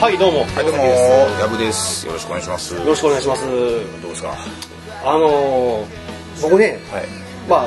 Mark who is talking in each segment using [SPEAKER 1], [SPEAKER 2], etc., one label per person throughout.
[SPEAKER 1] はいどうも
[SPEAKER 2] はいどうもやぶですよろしくお願いします
[SPEAKER 1] よろしくお願いします
[SPEAKER 2] どうですかは
[SPEAKER 1] あのー僕ね
[SPEAKER 2] い
[SPEAKER 1] まあ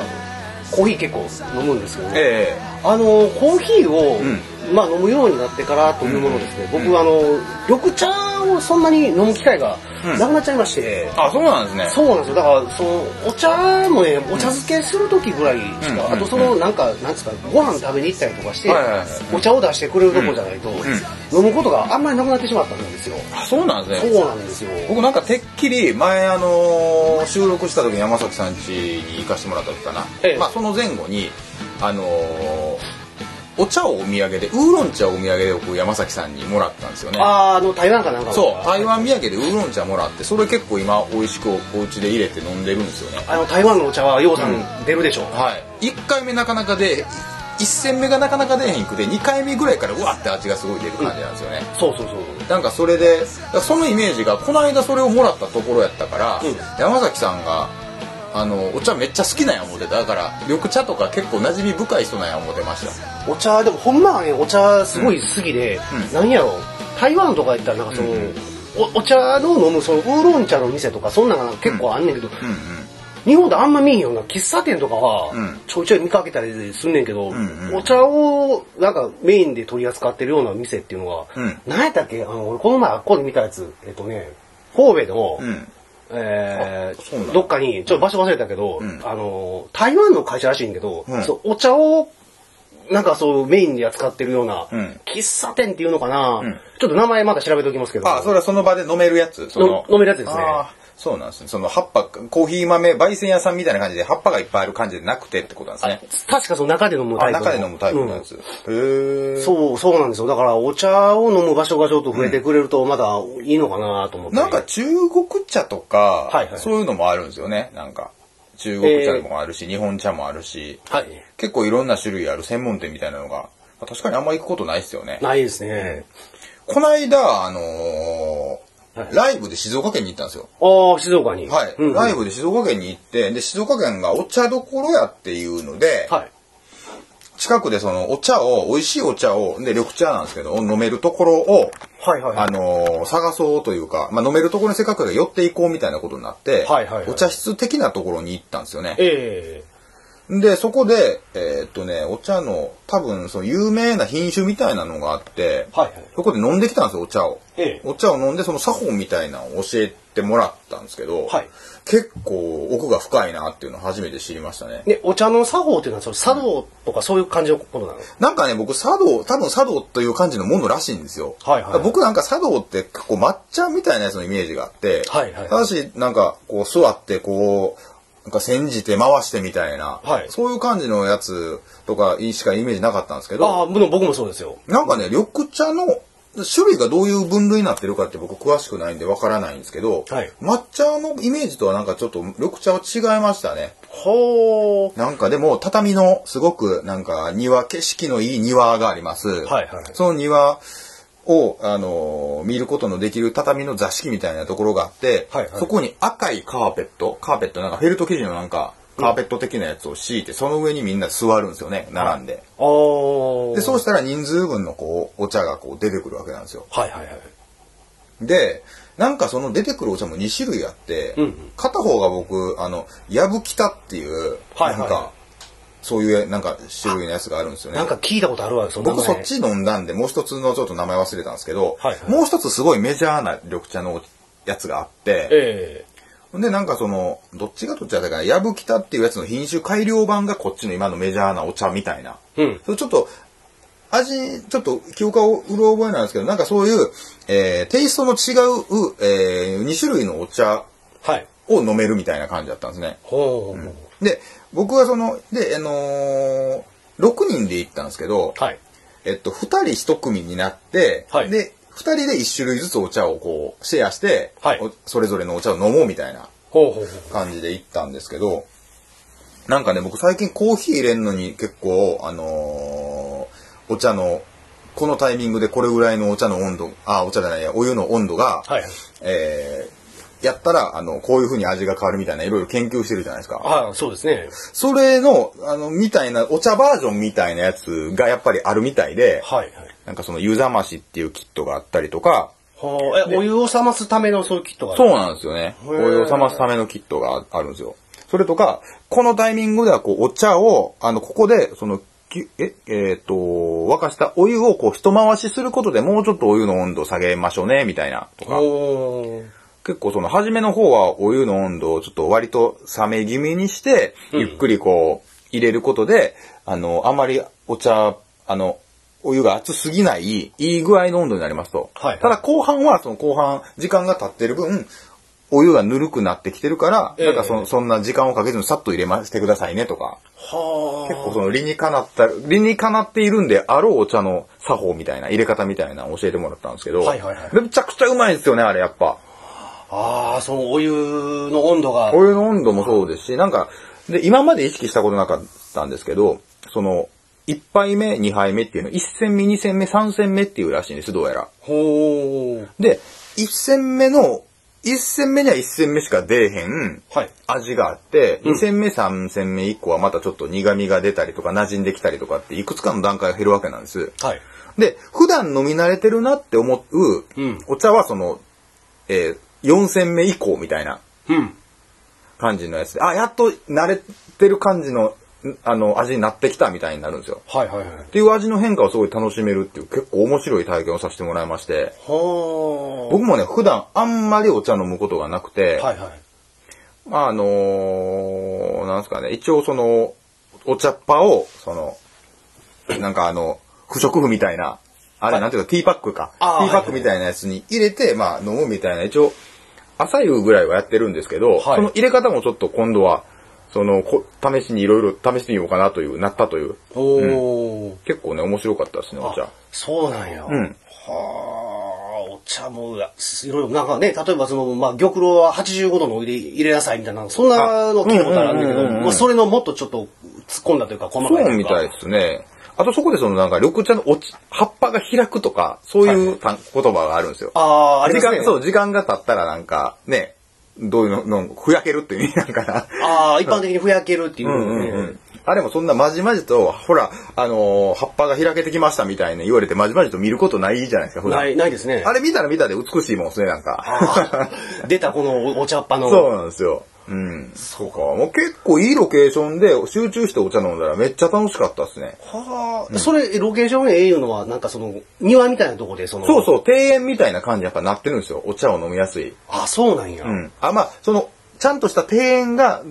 [SPEAKER 1] コーヒー結構飲むんですけどね、
[SPEAKER 2] え
[SPEAKER 1] あのーコーヒーを、
[SPEAKER 2] う
[SPEAKER 1] まあ飲むようになってからというものですね、
[SPEAKER 2] うん
[SPEAKER 1] 僕あのー緑茶をそんなに飲む機会が
[SPEAKER 2] うん
[SPEAKER 1] なくなっちゃいまして、
[SPEAKER 2] えあそうなんですね
[SPEAKER 1] そうなんですよだからそのお茶もねお茶漬けする時ぐらいしか、
[SPEAKER 2] うん
[SPEAKER 1] あとそのなんかなんですかご飯食べに行ったりとかして、
[SPEAKER 2] はいはいはい
[SPEAKER 1] お茶を出してくれるとこじゃないと、
[SPEAKER 2] ん
[SPEAKER 1] 飲むことがあんまりなくなってしまったんですよ、
[SPEAKER 2] あそうなんですね
[SPEAKER 1] そうなんですよ
[SPEAKER 2] 僕なんかてっきり前あのー収録した時に山崎さん家に行かしてもらった時かな、
[SPEAKER 1] ええ
[SPEAKER 2] まあその前後にあのーお茶をお土産でウーロン茶をお土産で僕山崎さんにもらったんですよね
[SPEAKER 1] あーあの台湾かなんかの
[SPEAKER 2] そう台湾土産でウーロン茶もらってそれ結構今美味しくお家で入れて飲んでるんですよね
[SPEAKER 1] あの台湾のお茶はようさ
[SPEAKER 2] うん
[SPEAKER 1] ん出るでしょう、
[SPEAKER 2] はい、1回目なかなかで1戦目がなかなか出へんくて2回目ぐらいからうわって味がすごい出る感じなんですよね、
[SPEAKER 1] そうそうそう
[SPEAKER 2] なんかそれでそのイメージがこの間それをもらったところやったから、
[SPEAKER 1] うん
[SPEAKER 2] 山崎さんがあのお茶めっちゃ好きなんや思ってただから緑茶とか結構馴染み深い人なんや思ってました
[SPEAKER 1] お茶でもほんまはねお茶すごい好きで、
[SPEAKER 2] うん
[SPEAKER 1] なんやろ台湾とかやったらなんかその、
[SPEAKER 2] うんうん
[SPEAKER 1] おお茶の飲むそのウーロン茶の店とかそんなのが結構あんねんけど、
[SPEAKER 2] うんうん
[SPEAKER 1] 日本であんま見えんような喫茶店とかは
[SPEAKER 2] うん
[SPEAKER 1] ちょいちょい見かけたりすんねんけど、
[SPEAKER 2] んうん
[SPEAKER 1] お茶をなんかメインで取り扱ってるような店っていうのは、
[SPEAKER 2] うん
[SPEAKER 1] なん、何やったっけあの俺この前あっこで見たやつえっとね神戸の、
[SPEAKER 2] うん
[SPEAKER 1] え
[SPEAKER 2] あそうな
[SPEAKER 1] ー、
[SPEAKER 2] んだ
[SPEAKER 1] どっかに、ちょっと場所忘れたけど、
[SPEAKER 2] ん
[SPEAKER 1] あの、台湾の会社らしいんやけど、
[SPEAKER 2] うん
[SPEAKER 1] そうお茶を、なんかそう、メインで扱ってるような、
[SPEAKER 2] うん
[SPEAKER 1] 喫茶店っていうのかな、
[SPEAKER 2] ん
[SPEAKER 1] ちょっと名前まだ調べておきますけど、
[SPEAKER 2] あそれはその場で飲めるやつその
[SPEAKER 1] 飲飲めるやつですね
[SPEAKER 2] あーそうなんですねその葉っぱコーヒー豆焙煎屋さんみたいな感じで葉っぱがいっぱいある感じでなくてってことなんですね
[SPEAKER 1] 確かその中で飲むタ
[SPEAKER 2] あ
[SPEAKER 1] イプの。
[SPEAKER 2] 中で飲むタイプのやつ、へ
[SPEAKER 1] うん
[SPEAKER 2] え
[SPEAKER 1] そう、そうなんですよ。だから、お茶を飲む場所がちょっと増えてくれると、まだいいのかなと思って。
[SPEAKER 2] なんか、中国茶とか、
[SPEAKER 1] はいはい
[SPEAKER 2] そういうのもあるんですよねなんか中国茶もあるし、日本茶もあるし
[SPEAKER 1] はい。
[SPEAKER 2] 結構いろんな種類ある専門店みたいなのがまあ確かにあんま行くことないですよね
[SPEAKER 1] ないですね。
[SPEAKER 2] この間あのー
[SPEAKER 1] はい
[SPEAKER 2] ライブで静岡県に行ったんですよ
[SPEAKER 1] ああ、静岡に。
[SPEAKER 2] はい、
[SPEAKER 1] うん、
[SPEAKER 2] ライブで静岡県に行ってで静岡県がお茶どころやっていうので、
[SPEAKER 1] はい。
[SPEAKER 2] 近くでそのお茶を美味しいお茶をで緑茶なんですけど飲めるところを
[SPEAKER 1] はいはいはい
[SPEAKER 2] あのー探そうというか、まあ、飲めるところにせっかくだから寄っていこうみたいなことになって、
[SPEAKER 1] はいはいはい
[SPEAKER 2] お茶室的なところに行ったんですよね。
[SPEAKER 1] え
[SPEAKER 2] で、そこで、えーっとね、お茶の多分その有名な品種みたいなのがあって、
[SPEAKER 1] はいはい
[SPEAKER 2] そこで飲んできたんですよ、お茶を。
[SPEAKER 1] ええ
[SPEAKER 2] お茶を飲んで、その作法みたいなのを教えてもらったんですけど、
[SPEAKER 1] はい
[SPEAKER 2] 結構奥が深いなっていうのを初めて知りましたね
[SPEAKER 1] え。で、お茶の作法っていうのは、その茶道とかそういう感じのことなの
[SPEAKER 2] なんかね、僕、茶道、多分茶道という感じのものらしいんですよ。
[SPEAKER 1] はいはい
[SPEAKER 2] 僕なんか茶道って結構抹茶みたいなやつのイメージがあって、
[SPEAKER 1] はいはい
[SPEAKER 2] ただし、なんかこう座ってこう、なんか煎じて回してみたいな、
[SPEAKER 1] はい
[SPEAKER 2] そういう感じのやつとかしかイメージなかったんですけ
[SPEAKER 1] あ
[SPEAKER 2] ど、
[SPEAKER 1] あ、でも僕もそうですよ。
[SPEAKER 2] なんかね、緑茶の種類がどういう分類になってるかって僕詳しくないんでわからないんですけど、
[SPEAKER 1] はい
[SPEAKER 2] 抹茶のイメージとはなんかちょっと緑茶は違いましたね。
[SPEAKER 1] ほー。
[SPEAKER 2] なんかでも畳のすごくなんか庭景色のいい庭があります、
[SPEAKER 1] はいはい
[SPEAKER 2] その庭を、あのー見ることのできる畳の座敷みたいなところがあって、
[SPEAKER 1] はいはい
[SPEAKER 2] そこに赤いカーペットカーペットなんかフェルト生地のなんかカーペット的なやつを敷いてその上にみんな座るんですよね並んで、
[SPEAKER 1] あー。
[SPEAKER 2] でそうしたら人数分のこうお茶がこう出てくるわけなんですよ
[SPEAKER 1] はいはいはい。
[SPEAKER 2] でなんかその出てくるお茶も2種類あって、
[SPEAKER 1] うんうん
[SPEAKER 2] 片方が僕あのやぶきたっていう、
[SPEAKER 1] はいはい
[SPEAKER 2] なんかそういうなんか種類のやつがあるんですよね
[SPEAKER 1] なんか聞いたことあるわ、その名
[SPEAKER 2] 僕
[SPEAKER 1] 前
[SPEAKER 2] そっち飲んだんでもう一つのちょっと名前忘れたんですけど、
[SPEAKER 1] はいはい
[SPEAKER 2] もう一つすごいメジャーな緑茶のやつがあって
[SPEAKER 1] え
[SPEAKER 2] でなんかそのどっちがどっちだったかなやぶきたっていうやつの品種改良版がこっちの今のメジャーなお茶みたいな
[SPEAKER 1] えうん。
[SPEAKER 2] それちょっと、味、ちょっと記憶をうろ覚えなんですけど、なんかそういう、えーテイストの違う、え2種類のお茶
[SPEAKER 1] はい。
[SPEAKER 2] を飲めるみたいな感じだったんですね。
[SPEAKER 1] ほー。
[SPEAKER 2] で、僕はその、で、あのー6人で行ったんですけど、
[SPEAKER 1] はい。
[SPEAKER 2] えっと、2人1組になって、
[SPEAKER 1] はい
[SPEAKER 2] で、2人で1種類ずつお茶をこう、シェアして、
[SPEAKER 1] はい
[SPEAKER 2] おそれぞれのお茶を飲もうみたいな
[SPEAKER 1] ほうほうほう。
[SPEAKER 2] 感じで行ったんですけど、なんかね、僕最近コーヒー入れんのに結構、あのーお茶の、このタイミングでこれぐらいのお茶の温度、あ、お茶じゃないや、お湯の温度が、
[SPEAKER 1] はい。
[SPEAKER 2] えやったら、あの、こういう風に味が変わるみたいな、いろいろ研究してるじゃないですか。
[SPEAKER 1] ああ、そうですね。
[SPEAKER 2] それの、あの、みたいな、お茶バージョンみたいなやつがやっぱりあるみたいで、
[SPEAKER 1] はい、はい。
[SPEAKER 2] なんかその湯冷ましっていうキットがあったりとか、
[SPEAKER 1] はあ、え、お湯を冷ますためのそういうキットがある
[SPEAKER 2] そうなんですよね。お湯を冷ますためのキットがああるんですよ。それとか、このタイミングではこう、お茶を、あの、ここで、その、きえ、えーっと、沸かしたお湯をこう、一回しすることでもうちょっとお湯の温度を下げましょうね、みたいな、とか。
[SPEAKER 1] おー
[SPEAKER 2] 結構その、初めの方はお湯の温度をちょっと割と冷め気味にして、ゆっくりこう、入れることで、あの、あまりお茶、あの、お湯が熱すぎない、いい具合の温度になりますと。
[SPEAKER 1] はい
[SPEAKER 2] ただ後半は、その後半、時間が経ってる分、お湯がぬるくなってきてるから、
[SPEAKER 1] ええ
[SPEAKER 2] なんかそのそんな時間をかけずにさっと入れましてくださいねとか、
[SPEAKER 1] はあ。
[SPEAKER 2] 結構その理にかなった、理にかなっているんであろうお茶の作法みたいな、入れ方みたいなのを教えてもらったんですけど、
[SPEAKER 1] はいはいはい
[SPEAKER 2] めちゃくちゃうまいんですよね、あれやっぱ。
[SPEAKER 1] ああ、そのお湯の温度が。
[SPEAKER 2] お湯の温度もそうですし、なんか、で、今まで意識したことなかったんですけど、その、1杯目、2杯目っていうの、1戦目、2戦目、3戦目っていうらしいんです、どうやら。
[SPEAKER 1] ほー。
[SPEAKER 2] で、1戦目の、1戦目には1戦目しか出えへん、
[SPEAKER 1] はい。
[SPEAKER 2] 味があって、
[SPEAKER 1] うん
[SPEAKER 2] 2戦目、3戦目以降はまたちょっと苦味が出たりとか、馴染んできたりとかって、いくつかの段階が減るわけなんです。
[SPEAKER 1] はい。
[SPEAKER 2] で、普段飲み慣れてるなって思う、
[SPEAKER 1] うん
[SPEAKER 2] お茶はその、えー、4戦目以降みたいな
[SPEAKER 1] うん。
[SPEAKER 2] 感じのやつで、あ、やっと慣れてる感じの、んあの、味になってきたみたいになるんですよ。
[SPEAKER 1] はいはいはい
[SPEAKER 2] っ。ていう味の変化をすごい楽しめるっていう結構面白い体験をさせてもらいまして、
[SPEAKER 1] は
[SPEAKER 2] 僕もね、普段あんまりお茶飲むことがなくて、
[SPEAKER 1] あ。はいはい。
[SPEAKER 2] まああのー、なんですかね、一応その、お茶っ葉を、その、なんかあの、不織布みたいな、あれなんていうか、ティーパックか。テ
[SPEAKER 1] あー
[SPEAKER 2] ィーパックみたいなやつに入れて、まあ飲むみたいな、一応、朝夕ぐらいはやってるんですけど、
[SPEAKER 1] はい
[SPEAKER 2] その入れ方もちょっと今度は、その、こ試しにいろいろ試してみようかなという、なったという、
[SPEAKER 1] おー。
[SPEAKER 2] 結構ね、面白かったですね、お
[SPEAKER 1] あ
[SPEAKER 2] 茶。
[SPEAKER 1] そうなんや。
[SPEAKER 2] うん。
[SPEAKER 1] はあ、お茶も、いやいろいろ、なんかね、例えばその、まあ、玉露は85度のお湯で入れなさいみたいな、そんなの聞いたことあるんだけ
[SPEAKER 2] あうん
[SPEAKER 1] ど
[SPEAKER 2] うんうんうん、
[SPEAKER 1] もうそれのもっとちょっと突っ込んだというか、細かいという
[SPEAKER 2] そ
[SPEAKER 1] か。
[SPEAKER 2] うみたいですね。あとそこでそのなんか緑茶の落ち、葉っぱが開くとか、そういう単言葉があるんですよ。
[SPEAKER 1] ああ、あり
[SPEAKER 2] 時
[SPEAKER 1] ますね
[SPEAKER 2] 間、。そう、時間が経ったらなんか、ね、どういうの、のふやけるっていう意味なんかな。
[SPEAKER 1] ああ、一般的にふやけるっていうのね。
[SPEAKER 2] あれもそんなまじまじと、ほら、あのー葉っぱが開けてきましたみたいな言われてまじまじと見ることないじゃないですか、普段。
[SPEAKER 1] ない、ないですね。
[SPEAKER 2] あれ見たら見たで美しいもんですね、なんか。
[SPEAKER 1] 出たこのおお茶っ葉の。
[SPEAKER 2] そうなんですよ。うん。そうか。もう結構いいロケーションで集中してお茶飲んだらめっちゃ楽しかったですね。
[SPEAKER 1] はあ、それ、ロケーションええいうのは、なんかその、庭みたいなとこで、その、
[SPEAKER 2] そうそう、庭園みたいな感じにやっぱなってるんですよ。お茶を飲みやすい。
[SPEAKER 1] あ、そうなんや。
[SPEAKER 2] うん。あ、まあ、その、ちゃんとした庭園が、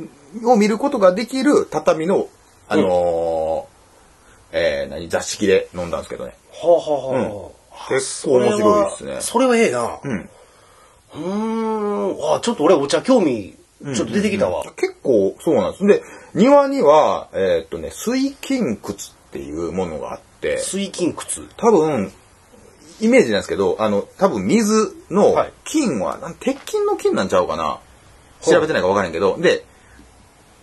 [SPEAKER 2] を見ることができる畳の、あのーえー、何、座敷で飲んだんですけどね。
[SPEAKER 1] はあはあはあ。
[SPEAKER 2] うん結構面白いですね
[SPEAKER 1] それはそれはええな。
[SPEAKER 2] うん。
[SPEAKER 1] うーん。あ、ちょっと俺お茶興味、ちょっと出てきたわ。
[SPEAKER 2] 結構、そうなんです。で、庭には、えーっとね、水金窟っていうものがあって、
[SPEAKER 1] 水金窟。
[SPEAKER 2] 多分、イメージなんですけど、あの、多分水の
[SPEAKER 1] はい
[SPEAKER 2] 金は、なん鉄筋の金なんちゃうかな調べてないか分からへんけど、で、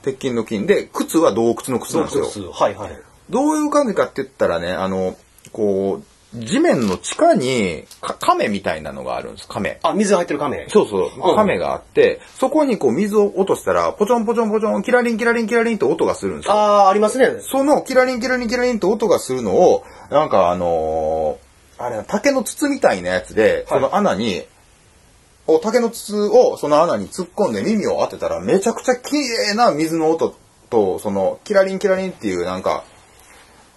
[SPEAKER 2] 鉄筋の金で、靴は洞窟の靴なんですよ。
[SPEAKER 1] はいはい。
[SPEAKER 2] どういう感じかって言ったらね、あの、こう、地面の地下に、か亀みたいなのがあるんです、亀。
[SPEAKER 1] あ、水入ってる亀。
[SPEAKER 2] そうそうう、
[SPEAKER 1] ん
[SPEAKER 2] 亀があって、そこにこう水を落としたら、ポチョンポチョンポチョン、キラリンキラリンキラリンと音がするんですよ。
[SPEAKER 1] ああ、ありますね。
[SPEAKER 2] そのキラリンキラリンキラリンと音がするのを、なんかあのーあれ、竹の筒みたいなやつで、
[SPEAKER 1] はい
[SPEAKER 2] その穴に、お竹の筒をその穴に突っ込んで耳を当てたら、めちゃくちゃ綺麗な水の音と、そのキラリンキラリンっていうなんか、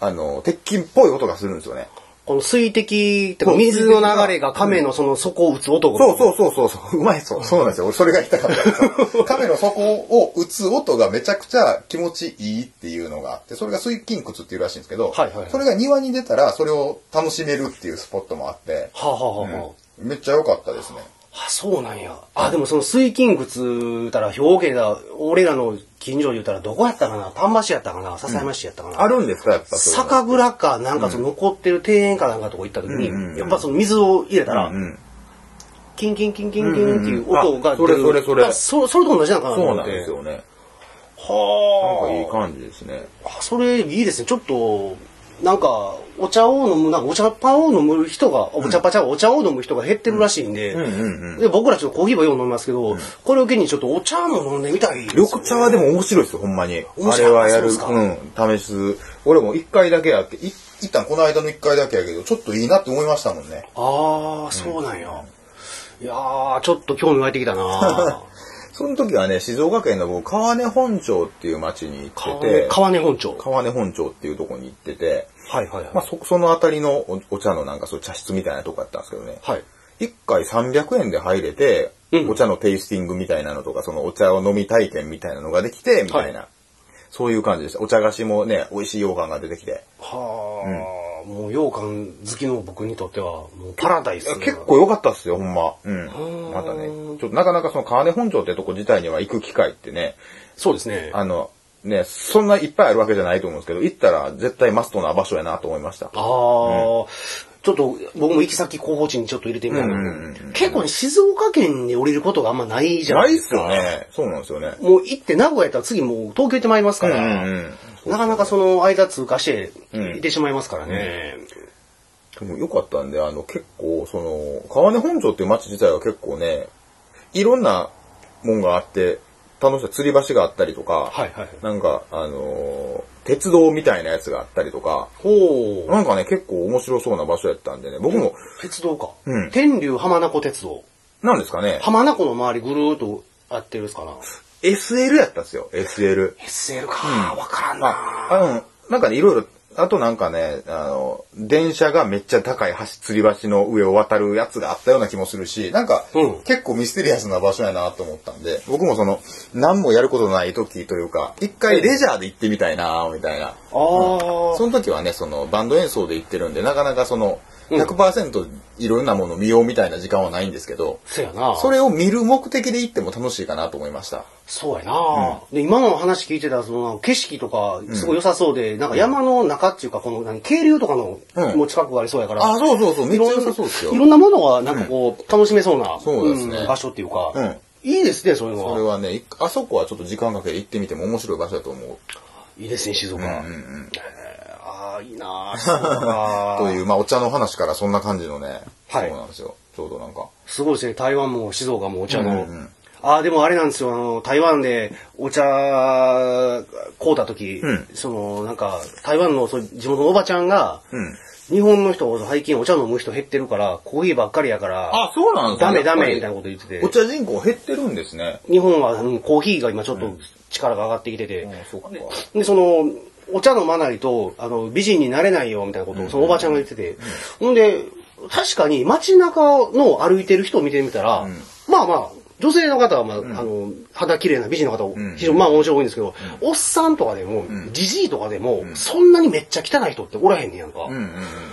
[SPEAKER 2] あの、鉄筋っぽい音がするんですよね。
[SPEAKER 1] この水滴ってか、
[SPEAKER 2] そう
[SPEAKER 1] 水の流れが亀のその底を打つ男。
[SPEAKER 2] そうそうそうそうそう、うまいそう。そうなんですよ。俺それが言いたかったんですよ。亀の底を打つ音がめちゃくちゃ気持ちいいっていうのがあって、それが水金窟っていうらしいんですけど、
[SPEAKER 1] はいはいはい
[SPEAKER 2] それが庭に出たらそれを楽しめるっていうスポットもあって、
[SPEAKER 1] はあはあはあはあ。
[SPEAKER 2] めっちゃ良かったですね。
[SPEAKER 1] あ、そうなんや。あ、でもその水金窟言うたら兵庫県だ、俺らの近所で言うたらどこやったかな丹波市やったかな篠山市やったかな、
[SPEAKER 2] るんですかやっぱそういうの
[SPEAKER 1] 酒蔵かなんかその残ってる庭園かなんかとこ行った時に、
[SPEAKER 2] うんうんうん
[SPEAKER 1] やっぱその水を入れたら、
[SPEAKER 2] うんうん
[SPEAKER 1] キンキンキンキンキンっていう音が出る、
[SPEAKER 2] うんうんあそれそれそれ
[SPEAKER 1] あそそれと同じなのかなと
[SPEAKER 2] そう
[SPEAKER 1] 思
[SPEAKER 2] な
[SPEAKER 1] っ
[SPEAKER 2] ん
[SPEAKER 1] て
[SPEAKER 2] ですよね。なんかいい
[SPEAKER 1] は
[SPEAKER 2] 感じですね。
[SPEAKER 1] ああそれいいですねちょっとなんか、お茶を飲む、なんかお茶パンを飲む人が、お茶パチャ、お茶を飲む人が減ってるらしいんで、で、僕らちょっとコーヒーはよう飲みますけど、これを機にちょっとお茶も飲んでみたいですよ。
[SPEAKER 2] 緑茶はでも面白いですよ、ほんまに。
[SPEAKER 1] 面
[SPEAKER 2] あれ
[SPEAKER 1] 白い
[SPEAKER 2] はやる、う
[SPEAKER 1] あそうで
[SPEAKER 2] ん、試す。俺も一回だけやって、い一旦この間の一回だけやけど、ちょっといいなって思いましたもんね。
[SPEAKER 1] ああ、そうなんや。いやー、ちょっと興味湧いてきたな
[SPEAKER 2] その時はね、静岡県の僕、川根本町っていう町に行ってて、
[SPEAKER 1] 川根本町。
[SPEAKER 2] 川根本町っていうとこに行ってて、
[SPEAKER 1] はいはいはい。
[SPEAKER 2] まあそ、その辺りのおお茶のなんかそう茶室みたいなとこやったんですけどね。
[SPEAKER 1] はい。
[SPEAKER 2] 一回300円で入れて、
[SPEAKER 1] うん
[SPEAKER 2] お茶のテイスティングみたいなのとか、そのお茶を飲み体験みたいなのができて、みたいな。そういう感じでした。お茶菓子もね、美味しい羊羹が出てきて。
[SPEAKER 1] はあ、もう羊羹好きの僕にとっては、もうパラダイス
[SPEAKER 2] いや
[SPEAKER 1] な。
[SPEAKER 2] 結構良かったっすよ、ほんま。うん。
[SPEAKER 1] ー
[SPEAKER 2] またね、ちょっとなかなかその川根本町ってとこ自体には行く機会ってね、
[SPEAKER 1] そうですね。あ
[SPEAKER 2] あの、ね、そんないっぱいあるわけじゃないと思うんですけど、行ったら絶対マストな場所やなと思いました。
[SPEAKER 1] あー、ちょっと僕も行き先候補地にちょっと入れてみたいな、
[SPEAKER 2] うんうんうん
[SPEAKER 1] 結構ね、静岡県に降りることがあんまないじゃ
[SPEAKER 2] な
[SPEAKER 1] ないい
[SPEAKER 2] っ
[SPEAKER 1] ですす
[SPEAKER 2] よ
[SPEAKER 1] か。
[SPEAKER 2] ね。そうなんですよね。
[SPEAKER 1] もう行って名古屋やったら次もう東京行ってまいります
[SPEAKER 2] う
[SPEAKER 1] か
[SPEAKER 2] んう
[SPEAKER 1] ら、
[SPEAKER 2] んうん。
[SPEAKER 1] なかなかその間通過して
[SPEAKER 2] うん
[SPEAKER 1] 行ってしまいますからね。
[SPEAKER 2] でも良かったんで、あの、結構、その、川根本町っていう町自体は結構ね、いろんなもんがあって、楽しい吊り橋があったりとか、
[SPEAKER 1] はいはい。
[SPEAKER 2] なんか、あのー鉄道みたいなやつがあったりとか、
[SPEAKER 1] ほう。
[SPEAKER 2] なんかね、結構面白そうな場所やったんでね、僕も、
[SPEAKER 1] 鉄道か。
[SPEAKER 2] うん
[SPEAKER 1] 天竜浜名湖鉄道。
[SPEAKER 2] なんですかね、
[SPEAKER 1] 浜名湖の周りぐるーっとあってるんですかな。
[SPEAKER 2] SL やったっすよ、SL。
[SPEAKER 1] SL か、わからんな。
[SPEAKER 2] あ、あの、なんかね、いろいろ、あとなんかね、あの、電車がめっちゃ高い橋、吊り橋の上を渡るやつがあったような気もするし、なんか、
[SPEAKER 1] うん
[SPEAKER 2] 結構ミステリアスな場所やなと思ったんで、僕もその、何もやることない時というか、一回レジャーで行ってみたいなみたいな。
[SPEAKER 1] あー
[SPEAKER 2] その時はね、その、バンド演奏で行ってるんで、なかなかその、
[SPEAKER 1] うん
[SPEAKER 2] 100%いろんなものを見ようみたいな時間はないんですけど、
[SPEAKER 1] そやな。
[SPEAKER 2] それを見る目的で行っても楽しいかなと思いました。
[SPEAKER 1] そうやな、で、今の話聞いてたら、その、景色とか、すごい良さそうで、なんか山の中っていうか、この、何、渓流とかの、
[SPEAKER 2] うん
[SPEAKER 1] もう近くがありそうやから。
[SPEAKER 2] あ、そうそうそう、
[SPEAKER 1] い
[SPEAKER 2] めっちゃ
[SPEAKER 1] ろん
[SPEAKER 2] 良
[SPEAKER 1] な
[SPEAKER 2] さそうですよ。
[SPEAKER 1] いろんなものが、なんかこう、楽しめそうな、
[SPEAKER 2] そうですね
[SPEAKER 1] ん場所っていうか、
[SPEAKER 2] うん
[SPEAKER 1] いいですね、そういうの
[SPEAKER 2] そ
[SPEAKER 1] は。
[SPEAKER 2] れはね、いあそこはちょっと時間かけて行ってみても面白い場所だと思う。
[SPEAKER 1] いいですね、静岡。
[SPEAKER 2] うんうん、
[SPEAKER 1] えーああ、いいなぁ、静 岡
[SPEAKER 2] という、まあお茶の話からそんな感じのね、
[SPEAKER 1] はい
[SPEAKER 2] そうなんですよ。ちょうどなんか。
[SPEAKER 1] すごいですね、台湾も静岡もお茶の。
[SPEAKER 2] うんうん
[SPEAKER 1] ああ、でもあれなんですよ、あの、台湾でお茶、買うた時、
[SPEAKER 2] うん
[SPEAKER 1] その、なんか、台湾のそう地元のおばちゃんが、
[SPEAKER 2] うん。
[SPEAKER 1] 日本の人、最近お茶飲む人減ってるから、コーヒーばっかりやから、
[SPEAKER 2] あ、そうなんです
[SPEAKER 1] ダ
[SPEAKER 2] か
[SPEAKER 1] メダメみたいなこと言ってて
[SPEAKER 2] お、茶人口減ってるんですね。
[SPEAKER 1] 日本はうんコーヒーが今ちょっと力が上がってきてて、
[SPEAKER 2] そっか。
[SPEAKER 1] で、その、お茶飲まないと、あの、美人になれないよ、みたいなことを、そのおばちゃんが言ってて。ほんで、確かに街中の歩いてる人を見てみたら、まあまあ、女性の方は、まあ、あの、肌綺麗な美人の方、
[SPEAKER 2] ん
[SPEAKER 1] 非常にまあ面白い多いんですけど、おっさんとかでも、じじいとかでも、そんなにめっちゃ汚い人っておらへんねやんか。
[SPEAKER 2] うんうんうん。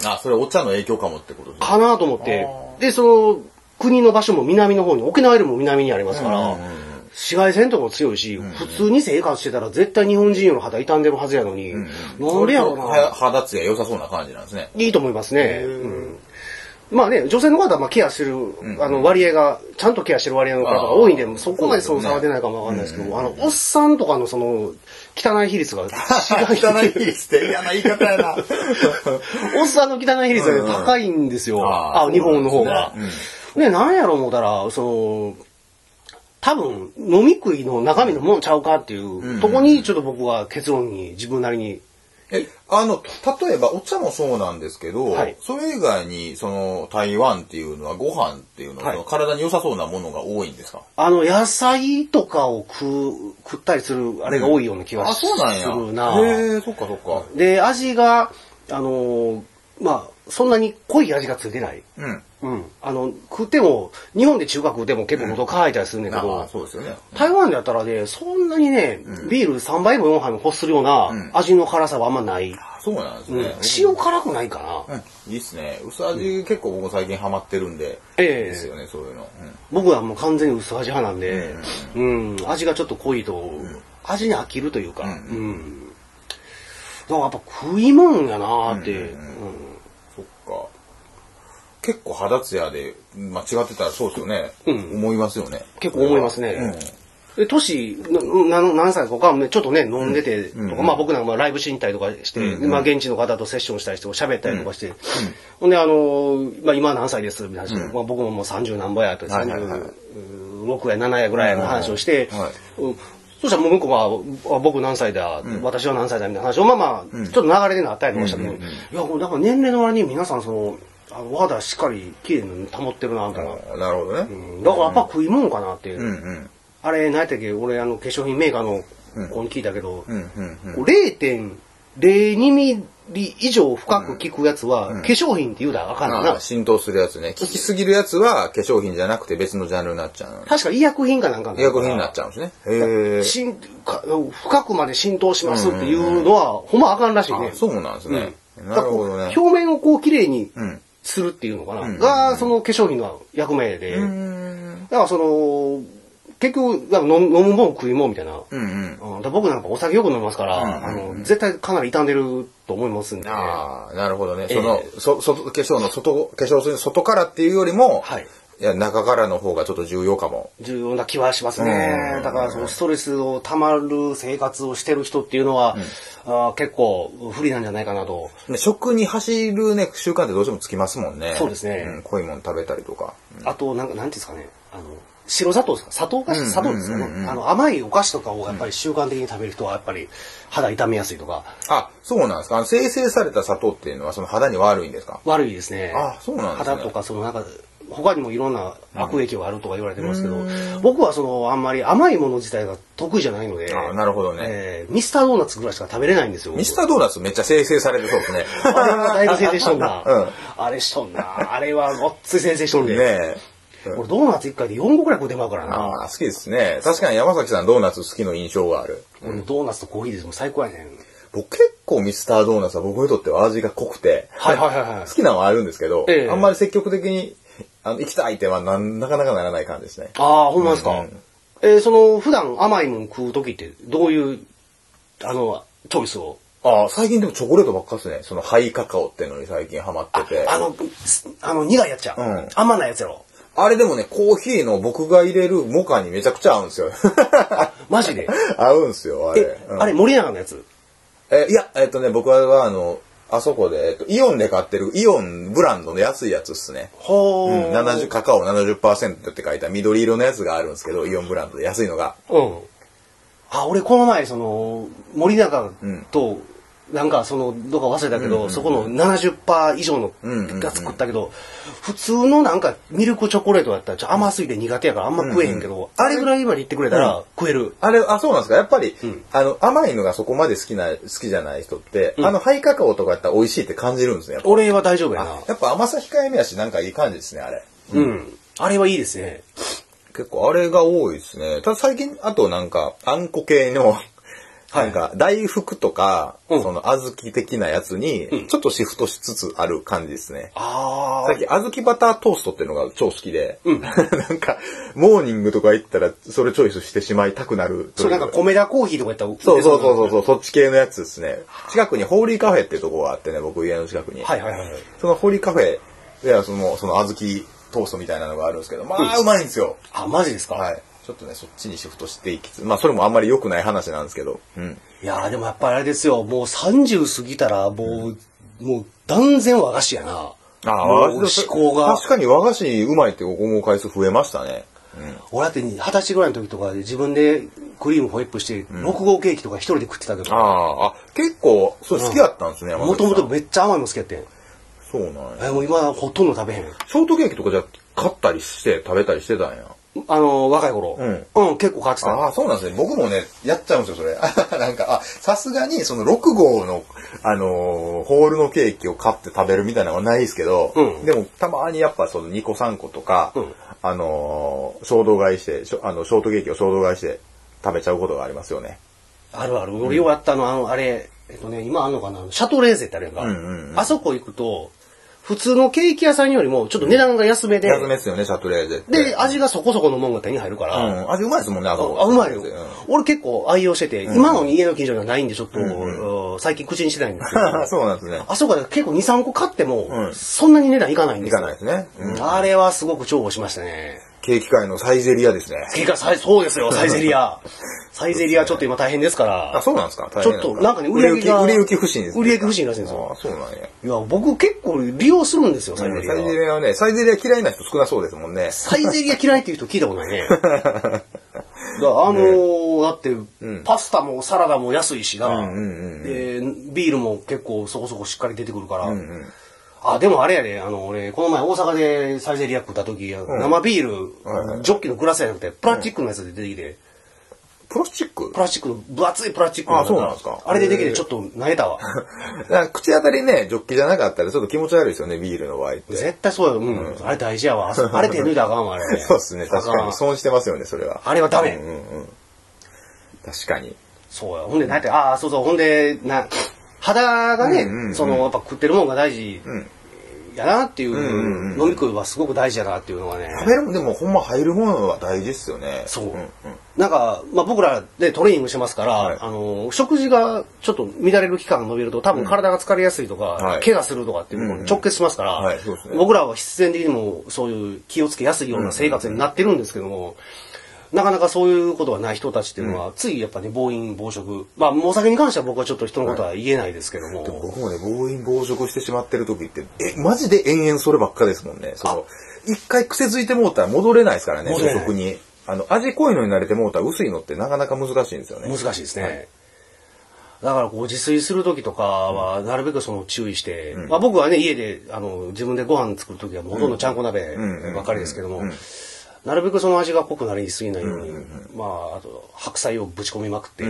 [SPEAKER 2] あ、それお茶の影響かもってことですね。
[SPEAKER 1] かなと思って、で、その、国の場所も南の方に、沖縄よりも南にありますから、
[SPEAKER 2] うんうんうん
[SPEAKER 1] 紫外線とかも強いし、普通に生活してたら絶対日本人より肌傷んでるはずやのに、なんでやろう
[SPEAKER 2] は
[SPEAKER 1] な。
[SPEAKER 2] 肌ツヤ良さそうな感じなんですね。
[SPEAKER 1] いいと思いますね。うんまあね、女性の方はまあケアしてる、あの割合が、ちゃんとケアしてる割合の方が多いんで、
[SPEAKER 2] あー
[SPEAKER 1] そこまでその差は出ないかもわかんないですけど、あの、おっさんとかのその、汚い比率が、
[SPEAKER 2] 汚い比率って嫌な言い方やな。
[SPEAKER 1] おっさんの汚い比率がね高いんですよ。
[SPEAKER 2] あー
[SPEAKER 1] あ、日本の方が
[SPEAKER 2] そうな
[SPEAKER 1] ね、
[SPEAKER 2] んで。
[SPEAKER 1] なんやろ思ったら、その、多分、飲み食いの中身のもんちゃうかっていう、とこにちょっと僕は結論に自分なりに。
[SPEAKER 2] え、あの、例えばお茶もそうなんですけど、
[SPEAKER 1] はい
[SPEAKER 2] それ以外に、その、台湾っていうのはご飯っていうのは、
[SPEAKER 1] はい
[SPEAKER 2] その体に良さそうなものが多いんですか
[SPEAKER 1] あの、野菜とかを食う、食ったりする、あれが多いような気は
[SPEAKER 2] あ、
[SPEAKER 1] す
[SPEAKER 2] そうなんや。
[SPEAKER 1] るな。
[SPEAKER 2] へえ、そっかそっか。
[SPEAKER 1] で、味が、あの、まあ、そんなに濃い味がついてない。
[SPEAKER 2] うん。
[SPEAKER 1] うん。あの、食っても、日本で中華食っても結構喉乾いたりするんだけど、
[SPEAKER 2] あそうですよね。
[SPEAKER 1] 台湾だったらね、そんなにね、ビール3杯も4杯も欲するような味の辛さはあんまない。
[SPEAKER 2] あそうなんです
[SPEAKER 1] うん
[SPEAKER 2] ね。
[SPEAKER 1] 塩辛くないかな、
[SPEAKER 2] うん。いいっすね。薄味結構僕も最近ハマってるんで、
[SPEAKER 1] ええ
[SPEAKER 2] ですよね、そういうの。
[SPEAKER 1] 僕はもう完全に薄味派なんで、うん、味がちょっと濃いと、味に飽きるというか、うん。だからやっぱ食いもんやなーって、
[SPEAKER 2] うん。そっか。結構肌ツヤで、まあ違ってたらそうですよね。
[SPEAKER 1] うん
[SPEAKER 2] 思いますよね。
[SPEAKER 1] 結構思いますね
[SPEAKER 2] うん
[SPEAKER 1] で、年、なな何歳かか、ねちょっとね、飲んでて、
[SPEAKER 2] ん
[SPEAKER 1] とか、まあ僕なんかまあライブ進行とかして、
[SPEAKER 2] うん
[SPEAKER 1] でまあ現地の方とセッションしたりして、喋ったりとかして、ほんで、あのーまあ今何歳です、みたいな話、
[SPEAKER 2] うん
[SPEAKER 1] まあ僕ももう30何倍やと、
[SPEAKER 2] はいはいはい
[SPEAKER 1] 36や7やぐらいの話をして、
[SPEAKER 2] はいはい
[SPEAKER 1] うんそしたらもう向こうは、あ僕何歳だ、私は何歳だ、みたいな話を、まあまあ、ちょっと流れでなったりとかしたけど、いや、これなんか年齢の割に皆さん、その、あの肌しっかり綺麗に保ってるな、みたいな。
[SPEAKER 2] なるほどね。
[SPEAKER 1] うんだからやっぱ食い物かなっていう。
[SPEAKER 2] うんうん。
[SPEAKER 1] あれ、何やったっけ俺、あの、化粧品メーカーの子に聞いたけど、
[SPEAKER 2] うんうんうん。
[SPEAKER 1] 0.02ミリ以上深く効くやつは、化粧品って言うたらあかんねんな。
[SPEAKER 2] ああ浸透するやつね。効きすぎるやつは化粧品じゃなくて別のジャンルになっちゃう。
[SPEAKER 1] 確か医薬品かなんか
[SPEAKER 2] 医薬品になっちゃうんですね。へえ。
[SPEAKER 1] しんか深くまで浸透しますっていうのは、ほんまあかんらしいね
[SPEAKER 2] あ。そうなんですね。
[SPEAKER 1] うん
[SPEAKER 2] なるほど
[SPEAKER 1] だから
[SPEAKER 2] ね
[SPEAKER 1] こ。う表面をこう綺麗に
[SPEAKER 2] うん。
[SPEAKER 1] するっていうのかな。が、その化粧品の役目で。
[SPEAKER 2] う
[SPEAKER 1] だ
[SPEAKER 2] ん
[SPEAKER 1] からその、結局、だから飲む飲むもん食いもんみたいな。
[SPEAKER 2] うんうん。
[SPEAKER 1] うん、だから僕なんかお酒よく飲みますから、
[SPEAKER 2] うんうん
[SPEAKER 1] あの絶対かなり傷んでると思いますんで。
[SPEAKER 2] ああ、なるほどね。
[SPEAKER 1] ええ
[SPEAKER 2] その、そ、そ、化粧の外、化粧水の外からっていうよりも、
[SPEAKER 1] はい。
[SPEAKER 2] いや、中からの方がちょっと重要かも。
[SPEAKER 1] 重要な気はします
[SPEAKER 2] う
[SPEAKER 1] ね
[SPEAKER 2] ん。
[SPEAKER 1] だからそのストレスを溜まる生活をしてる人っていうのは、あー結構不利なんじゃないかなと。
[SPEAKER 2] ね食に走るね、習慣ってどうしてもつきますもんね。
[SPEAKER 1] そうですね
[SPEAKER 2] ん濃いもの食べたりとか。
[SPEAKER 1] あと、なんか、なんていうんですかね。あの白砂糖ですか砂糖菓子、
[SPEAKER 2] うん
[SPEAKER 1] 砂糖ですかね、
[SPEAKER 2] うんうんうん
[SPEAKER 1] あの、甘いお菓子とかをやっぱり習慣的に食べる人はやっぱり肌痛めやすいとか、
[SPEAKER 2] あ、そうなんですか。あの生成された砂糖っていうのはその肌に悪いんですか
[SPEAKER 1] 悪いですね。
[SPEAKER 2] あそうなんですね
[SPEAKER 1] 肌とか、そのなんか、他にもいろんな悪影響があるとか言われてますけど、
[SPEAKER 2] う
[SPEAKER 1] 僕はその、あんまり甘いもの自体が得意じゃないので、
[SPEAKER 2] あなるほどね
[SPEAKER 1] えーミスタードーナツぐらいしか食べれないんですよ。僕
[SPEAKER 2] ミスタードーナツめっちゃ生成されてそうです ね。
[SPEAKER 1] あれはだいぶ生成しとんな。
[SPEAKER 2] うん
[SPEAKER 1] あれしとんな。あれはごっつい生成しとん
[SPEAKER 2] ね
[SPEAKER 1] で。
[SPEAKER 2] え。
[SPEAKER 1] 俺ドーナツ1回で4個ぐらい食うてまうからな。
[SPEAKER 2] ああ、好きですね。確かに山崎さんドーナツ好きの印象がある。
[SPEAKER 1] 俺ドーナツとコーヒーですもん最高やねん。
[SPEAKER 2] 僕結構ミスタードーナツは僕にとっては味が濃くて、
[SPEAKER 1] はいはいはいは
[SPEAKER 2] 好きなのはあるんですけど、
[SPEAKER 1] ええ
[SPEAKER 2] あんまり積極的にあの行きたいってはなんなかなかならない感じですね。
[SPEAKER 1] ああ、ほんまですか。
[SPEAKER 2] うん
[SPEAKER 1] えーその、普段甘いもん食う時って、どういう、あの、チョイスを
[SPEAKER 2] ああ、最近でもチョコレートばっかっすね。そのハイカカオってのに最近ハマってて。
[SPEAKER 1] あの、すあの、苦いやっちゃう。
[SPEAKER 2] うん
[SPEAKER 1] 甘ないやつやろ。
[SPEAKER 2] あれでもね、コーヒーの僕が入れるモカにめちゃくちゃ合うんですよ。
[SPEAKER 1] マジで。
[SPEAKER 2] 合うんですよ、あれ。
[SPEAKER 1] え、
[SPEAKER 2] うん
[SPEAKER 1] あれ、森永のやつ。
[SPEAKER 2] えいや、えっとね、僕はあの、あそこで、えっと、イオンで買ってる、イオンブランドの安いやつっすね。
[SPEAKER 1] ほ
[SPEAKER 2] うん、70、。カカオ70%って書いた緑色のやつがあるんですけど、イオンブランドで安いのが。
[SPEAKER 1] うん。あ、俺、この前、その、森永と、なんか、その、どうか忘れたけど、そこの70%以上の
[SPEAKER 2] うんうんうん
[SPEAKER 1] が作ったけど、普通のなんか、ミルクチョコレートだったら、ちょ甘すぎて苦手やからあんま食えへんけど、あれぐらいまで言ってくれた
[SPEAKER 2] うん
[SPEAKER 1] ら食える。
[SPEAKER 2] あれ、あ、そうなんですかやっぱり、
[SPEAKER 1] ん
[SPEAKER 2] あの、甘いのがそこまで好きな、好きじゃない人って、あの、ハイカカオとかやったら美味しいって感じるんですね。やっぱ
[SPEAKER 1] 俺は大丈夫やな
[SPEAKER 2] あ。やっぱ甘さ控えめやし、なんかいい感じですね、あれ。
[SPEAKER 1] うん。あれはいいですね。
[SPEAKER 2] 結構あれが多いですね。ただ最近、あとなんか、あんこ系の、なんか、大福とか、
[SPEAKER 1] うん
[SPEAKER 2] その、小豆的なやつに、ちょっとシフトしつつある感じですね。
[SPEAKER 1] あ
[SPEAKER 2] さっき、小豆バタートーストっていうのが超好きで、
[SPEAKER 1] うん
[SPEAKER 2] なんか、モーニングとか行ったら、それチョイスしてしまいたくなるとい
[SPEAKER 1] そう、なんか、米田コーヒーとかやったら売って
[SPEAKER 2] そうそう
[SPEAKER 1] な
[SPEAKER 2] そうそうそう、そっち系のやつですね。近くにホーリーカフェっていうところがあってね、僕家の近くに。
[SPEAKER 1] はいはいはいはい。
[SPEAKER 2] そのホーリーカフェではその、その小豆トーストみたいなのがあるんですけど、まあ、うまいんですよ。
[SPEAKER 1] あ、マジですか
[SPEAKER 2] はい。ちょっとね、そっちにシフトしていきつつ、まあ、それもあんまり良くない話なんですけど、うん。
[SPEAKER 1] いやーでもやっぱりあれですよ、もう30過ぎたら、もう、もう断然和菓子やな。もう思考が
[SPEAKER 2] 確。かに和菓子うまいって思う回数増えましたね。
[SPEAKER 1] 俺だって二十歳ぐらいの時とかで自分でクリームホイップして、6号ケーキとか一人で食ってたけ
[SPEAKER 2] あ
[SPEAKER 1] ど、
[SPEAKER 2] あ、あ、結構、それ好きだったんですね、
[SPEAKER 1] もともと
[SPEAKER 2] も
[SPEAKER 1] めっちゃ甘いの好きやってん。
[SPEAKER 2] そうなんや。
[SPEAKER 1] えもう今ほとんど食べへん。
[SPEAKER 2] ショートケーキとかじゃ、買ったりして、食べたりしてたんや。
[SPEAKER 1] あのー、若い頃。
[SPEAKER 2] うん
[SPEAKER 1] うん、結構買ってた。
[SPEAKER 2] ああ、そうなんですね。僕もね、やっちゃうんですよ、それ。 なんか、あ、さすがに、その6号の、あのーホールのケーキを買って食べるみたいなのはないですけど、
[SPEAKER 1] うん
[SPEAKER 2] でも、たまにやっぱその2個3個とか、
[SPEAKER 1] うん
[SPEAKER 2] あのー衝動買いして、しょあの、ショートケーキを衝動買いして食べちゃうことがありますよね。
[SPEAKER 1] あるある。俺ようやったの、あの、あれ、えっとね、今あんのかな、シャトレーゼってあるやんか。
[SPEAKER 2] うんうんうん
[SPEAKER 1] あそこ行くと、普通のケーキ屋さんよりも、ちょっと値段が安めで、
[SPEAKER 2] 安めっすよね、シャトレーゼって。
[SPEAKER 1] で、味がそこそこのもんが手に入るから、
[SPEAKER 2] うん、味うまいですもんね、あそこ
[SPEAKER 1] あ、うまいよ
[SPEAKER 2] うん。、
[SPEAKER 1] 俺結構愛用してて、今の家の近所にはないんで、ちょっと、うん最近口にしてないんですけど
[SPEAKER 2] そうなんですね。
[SPEAKER 1] あそこで結構2、3個買っても、
[SPEAKER 2] うん
[SPEAKER 1] そんなに値段いかないん
[SPEAKER 2] い
[SPEAKER 1] です
[SPEAKER 2] か
[SPEAKER 1] よ。
[SPEAKER 2] ないですね。うん
[SPEAKER 1] あれはすごく重宝しましたね。
[SPEAKER 2] ケーキ界のサイゼリアですね。
[SPEAKER 1] 次がサイ、そう ですよ、サイゼリア。サイゼリアちょっと今大変ですから。
[SPEAKER 2] あ、そうなんですか
[SPEAKER 1] ちょっと、なんかね、売り上げが。
[SPEAKER 2] 売れ行き不振ですね。
[SPEAKER 1] 売り上げ不振らしいんです
[SPEAKER 2] あ
[SPEAKER 1] よ。
[SPEAKER 2] そうなんや。
[SPEAKER 1] いや、僕結構利用するんですよ、サイゼリ
[SPEAKER 2] サイゼ
[SPEAKER 1] ア。
[SPEAKER 2] リアはね、サイゼリア嫌いな人少なそうですもんね。
[SPEAKER 1] サイゼリア嫌いっていう人聞いたことないね。 だからあのー、だって、パスタもサラダも安いしな。
[SPEAKER 2] うんうん
[SPEAKER 1] で、ビールも結構そこそこしっかり出てくるから。あ、でもあれやね、あの、俺、この前大阪でサイゼリア食った時、あの生ビール、ジョッキのグラスじゃなくて、プラスチックのやつで出てきて、
[SPEAKER 2] プラスチック
[SPEAKER 1] プラスチックの、分厚いプラスチックの
[SPEAKER 2] あそうなんですか
[SPEAKER 1] あれでできてちょっと投げた わ。
[SPEAKER 2] だから口当たりね、ジョッキじゃなかったらちょっと気持ち悪いですよね、ビールの場合って。
[SPEAKER 1] 絶対そうや、うん。あれ大事やわ。あそ あれ手抜いたらあかんわ、あれ。
[SPEAKER 2] そうですね、確か
[SPEAKER 1] あ
[SPEAKER 2] に。
[SPEAKER 1] ん
[SPEAKER 2] 損してますよね、それは。
[SPEAKER 1] あれはダメ
[SPEAKER 2] うんうんうん。確かに。
[SPEAKER 1] そうや。ほんで、なんて、ああ、そうそう、ほんで、な、肌が
[SPEAKER 2] うんうんう
[SPEAKER 1] ね、
[SPEAKER 2] ん
[SPEAKER 1] その、やっぱ食ってるもんが大事
[SPEAKER 2] ん
[SPEAKER 1] やなってい
[SPEAKER 2] んうん
[SPEAKER 1] う、
[SPEAKER 2] うん
[SPEAKER 1] 飲み食いはすごく大事やなっていうのがね。
[SPEAKER 2] 食べるもんでもほんま入るものは大事ですよね。
[SPEAKER 1] そう。
[SPEAKER 2] んん
[SPEAKER 1] なんか、まあ僕らでトレーニングしてますから、
[SPEAKER 2] はい
[SPEAKER 1] あの、食事がちょっと乱れる期間が延びると、多分体が疲れやすいとか、
[SPEAKER 2] はい
[SPEAKER 1] 怪我するとかっていうのに直結しますから、
[SPEAKER 2] はいそうですね
[SPEAKER 1] 僕らは必然的にもそういう気をつけやすいような生活になってるんですけども、なかなかそういうことがない人たちっていうのは、ついやっぱね、暴飲暴食。まあ、もうお酒に関しては僕はちょっと人のことは言えないですけども。
[SPEAKER 2] 僕もね、暴飲暴食してしまってる時って、え、マジで延々そればっかですもんね。その、一回癖づいてもうたら戻れないですからね、
[SPEAKER 1] 戻れない
[SPEAKER 2] 初速に。あの、味濃いのに慣れてもうたら薄いのってなかなか難しいんですよね。
[SPEAKER 1] 難しいですね。だからこう自炊する時とかはなるべくその注意して、まあ僕はね家であの自分でご飯作る時はもうほとんどちゃんこ鍋ばっかりですけども、なるべくその味が濃くなりすぎないように、まああと白菜をぶち込みまくって、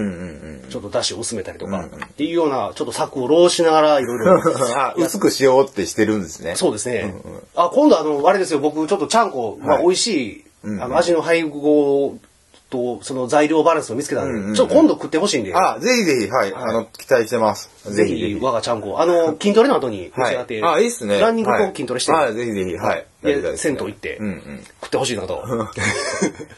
[SPEAKER 1] ちょっとだしを薄めたりとか、っていうようなちょっと策を浪しながらい ろいろ
[SPEAKER 2] あ 薄くしようってしてるんですね。
[SPEAKER 1] そうですね。あ、今度あの、あれですよ、僕ちょっとちゃんこ、まあ、美味しい、あの、味の配合と、その材料バランスを見つけたんで、ちょっと今度食ってほしいんで、
[SPEAKER 2] あ、ぜひぜひ、はい、あの、期待してます。
[SPEAKER 1] ぜひ、我がちゃんこ、あの、筋トレの後に召
[SPEAKER 2] は
[SPEAKER 1] し
[SPEAKER 2] い
[SPEAKER 1] 上がって、。
[SPEAKER 2] あ、いいっすね。
[SPEAKER 1] ランニング
[SPEAKER 2] はい
[SPEAKER 1] と筋トレして、
[SPEAKER 2] はい、ぜひぜひ、はい。
[SPEAKER 1] で
[SPEAKER 2] やりたいです
[SPEAKER 1] 銭
[SPEAKER 2] ね
[SPEAKER 1] 湯行って、
[SPEAKER 2] うんうん。
[SPEAKER 1] 食ってほしいな と。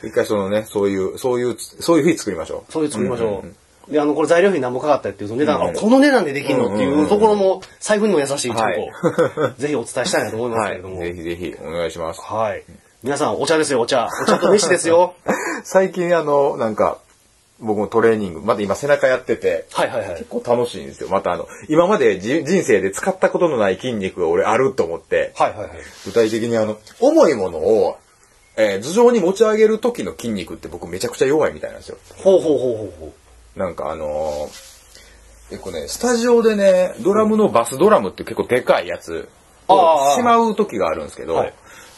[SPEAKER 2] 一回そのね、そういう、そういう、そういう日作りましょう。
[SPEAKER 1] そういう作りましょう。で、あの、これ材料費何もかかったっていうと値段が、あこの値段でできるのっていうところも、財布にも優しいちょっ と、ぜひお伝えしたいなと思います
[SPEAKER 2] は
[SPEAKER 1] けれ
[SPEAKER 2] い。
[SPEAKER 1] ども。
[SPEAKER 2] ぜひぜひ、お願いします。
[SPEAKER 1] はい。皆さん、お茶ですよ、お茶。お茶と飯ですよ。
[SPEAKER 2] 最近あの、なんか、僕もトレーニング、まだ今背中やってて、
[SPEAKER 1] はいはいはい。
[SPEAKER 2] 結構楽しいんですよ。またあの、今までじ人生で使ったことのない筋肉が俺あると思って、
[SPEAKER 1] はいはいはい。
[SPEAKER 2] 具体的にあの、重いものを、えー頭上に持ち上げる時の筋肉って僕めちゃくちゃ弱いみたいなんですよ。
[SPEAKER 1] ほうほうほうほうほう。
[SPEAKER 2] なんかあのー結構ね、スタジオでね、ドラムのバスドラムって結構でかいやつ
[SPEAKER 1] あ
[SPEAKER 2] を
[SPEAKER 1] あ
[SPEAKER 2] しまう時があるんですけど、
[SPEAKER 1] はい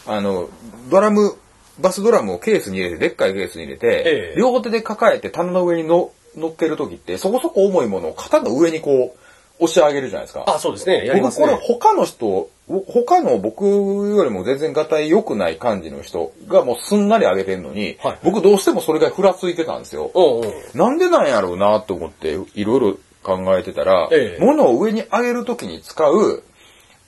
[SPEAKER 2] あの、ドラム、バスドラムをケースに入れて、でっかいケースに入れて、
[SPEAKER 1] ええ
[SPEAKER 2] 両手で抱えて棚の上にの乗っける時って、そこそこ重いものを肩の上にこう、押し上げるじゃないですか。
[SPEAKER 1] あ、そうですね。やりますね。
[SPEAKER 2] 僕これ他の人、他の僕よりも全然がたい良くない感じの人がもうすんなり上げてんのに、
[SPEAKER 1] はい
[SPEAKER 2] 僕どうしてもそれがふらついてたんですよ。
[SPEAKER 1] うんうん。
[SPEAKER 2] なんでなんやろうなと思っていろいろ考えてたら、
[SPEAKER 1] ええ
[SPEAKER 2] 物を上に上げるときに使う、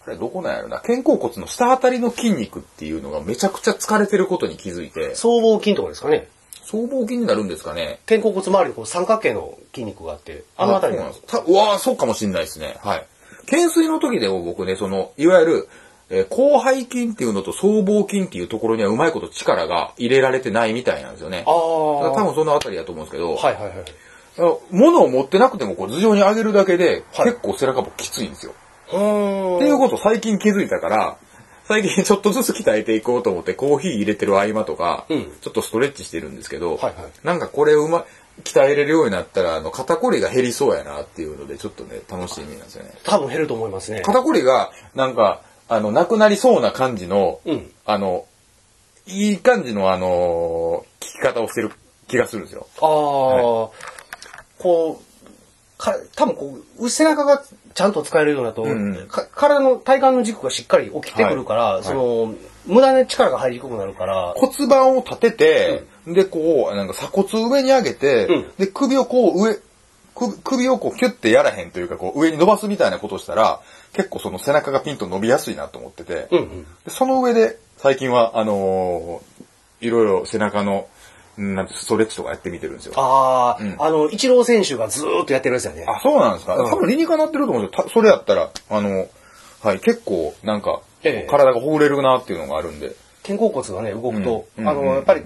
[SPEAKER 2] あれどこなんやろな、肩甲骨の下あたりの筋肉っていうのがめちゃくちゃ疲れてることに気づいて、
[SPEAKER 1] 僧帽筋とかですかね。
[SPEAKER 2] 僧帽筋になるんですかね。
[SPEAKER 1] 肩甲骨周りのこう三角形の筋肉があって、あのあたり
[SPEAKER 2] そうな
[SPEAKER 1] なん
[SPEAKER 2] ん
[SPEAKER 1] で
[SPEAKER 2] ですす。たうわーそうかもしんないですね。はい。懸垂の時でも僕ね、その、いわゆる、えー広背筋っていうのと僧帽筋っていうところにはうまいこと力が入れられてないみたいなんですよね。
[SPEAKER 1] ああ。
[SPEAKER 2] だから多
[SPEAKER 1] は
[SPEAKER 2] 分そのあたりだと思うんですけど、
[SPEAKER 1] いはいはい。
[SPEAKER 2] あ物を持ってなくてもこう頭上に上げるだけで、
[SPEAKER 1] はい
[SPEAKER 2] 結構背中もきついんですよ。
[SPEAKER 1] うーん。
[SPEAKER 2] っていうことを最近気づいたから、最近ちょっとずつ鍛えていこうと思ってコーヒー入れてる合間とか、
[SPEAKER 1] うん
[SPEAKER 2] ちょっとストレッチしてるんですけ
[SPEAKER 1] は
[SPEAKER 2] ど、
[SPEAKER 1] いはい
[SPEAKER 2] なんかこれうま、鍛えれるようになったら、あの、肩こりが減りそうやなっていうので、ちょっとね、楽しみなんですよね。
[SPEAKER 1] 多分減ると思いますね。
[SPEAKER 2] 肩こりが、なんか、あの、なくなりそうな感じの、
[SPEAKER 1] うん
[SPEAKER 2] あの、いい感じのあの、聞き方をしてる気がするんですよ。
[SPEAKER 1] ああ、こう、か多分こう、背中がちゃんと使えるようになると、
[SPEAKER 2] んうん
[SPEAKER 1] か体の体幹の軸がしっかり起きてくるから、
[SPEAKER 2] い
[SPEAKER 1] その、無駄に力が入りにくくなるから、
[SPEAKER 2] 骨盤を立てて、で、こう、なんか鎖骨を上に上げて、
[SPEAKER 1] うん
[SPEAKER 2] で、首をこう上、首首をこうキュッてやらへんというか、こう上に伸ばすみたいなことをしたら、結構その背中がピンと伸びやすいなと思ってて、
[SPEAKER 1] うんうん。
[SPEAKER 2] でその上で、最近は、あのーいろいろ背中の、うんなんてストレッチとかやってみてるんですよ。あ、
[SPEAKER 1] ああ、
[SPEAKER 2] うん
[SPEAKER 1] あの、イチロー選手がずーっとやってるやつだね。
[SPEAKER 2] そうなんですか。
[SPEAKER 1] うん
[SPEAKER 2] 多分理にかなってると思うんですよ。たそれやったら、あのはい、結構、なんか、
[SPEAKER 1] ええ
[SPEAKER 2] 体がほぐれるなっていうのがあるんで、
[SPEAKER 1] 肩甲骨がね、動くと、
[SPEAKER 2] うん
[SPEAKER 1] あの、
[SPEAKER 2] うん
[SPEAKER 1] やっぱり、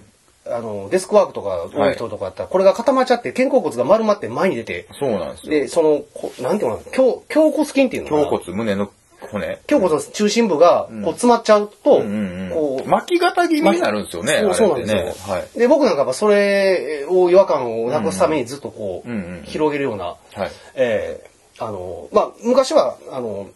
[SPEAKER 1] あの、デスクワークとか多い人とかだったら、これが固まっちゃって、肩甲骨が丸まって前に出て、
[SPEAKER 2] そうなんですよ。
[SPEAKER 1] で、その、こなんていうのかな、胸、胸骨筋っていうのかな
[SPEAKER 2] 胸骨、胸の骨。
[SPEAKER 1] 胸骨の中心部が、こう、詰まっちゃうと、
[SPEAKER 2] うんうん
[SPEAKER 1] こ
[SPEAKER 2] うん。
[SPEAKER 1] う、
[SPEAKER 2] 巻き型気味になるんですよね。
[SPEAKER 1] そうそうなん
[SPEAKER 2] あ
[SPEAKER 1] で
[SPEAKER 2] れっ
[SPEAKER 1] す
[SPEAKER 2] て
[SPEAKER 1] よ、
[SPEAKER 2] ね。はい。
[SPEAKER 1] で、僕なんかやっぱそれを違和感をなくすためにずっとこう、
[SPEAKER 2] うんうんうん
[SPEAKER 1] 広げるような、
[SPEAKER 2] はい。
[SPEAKER 1] ええあの、まあ、昔は、あの、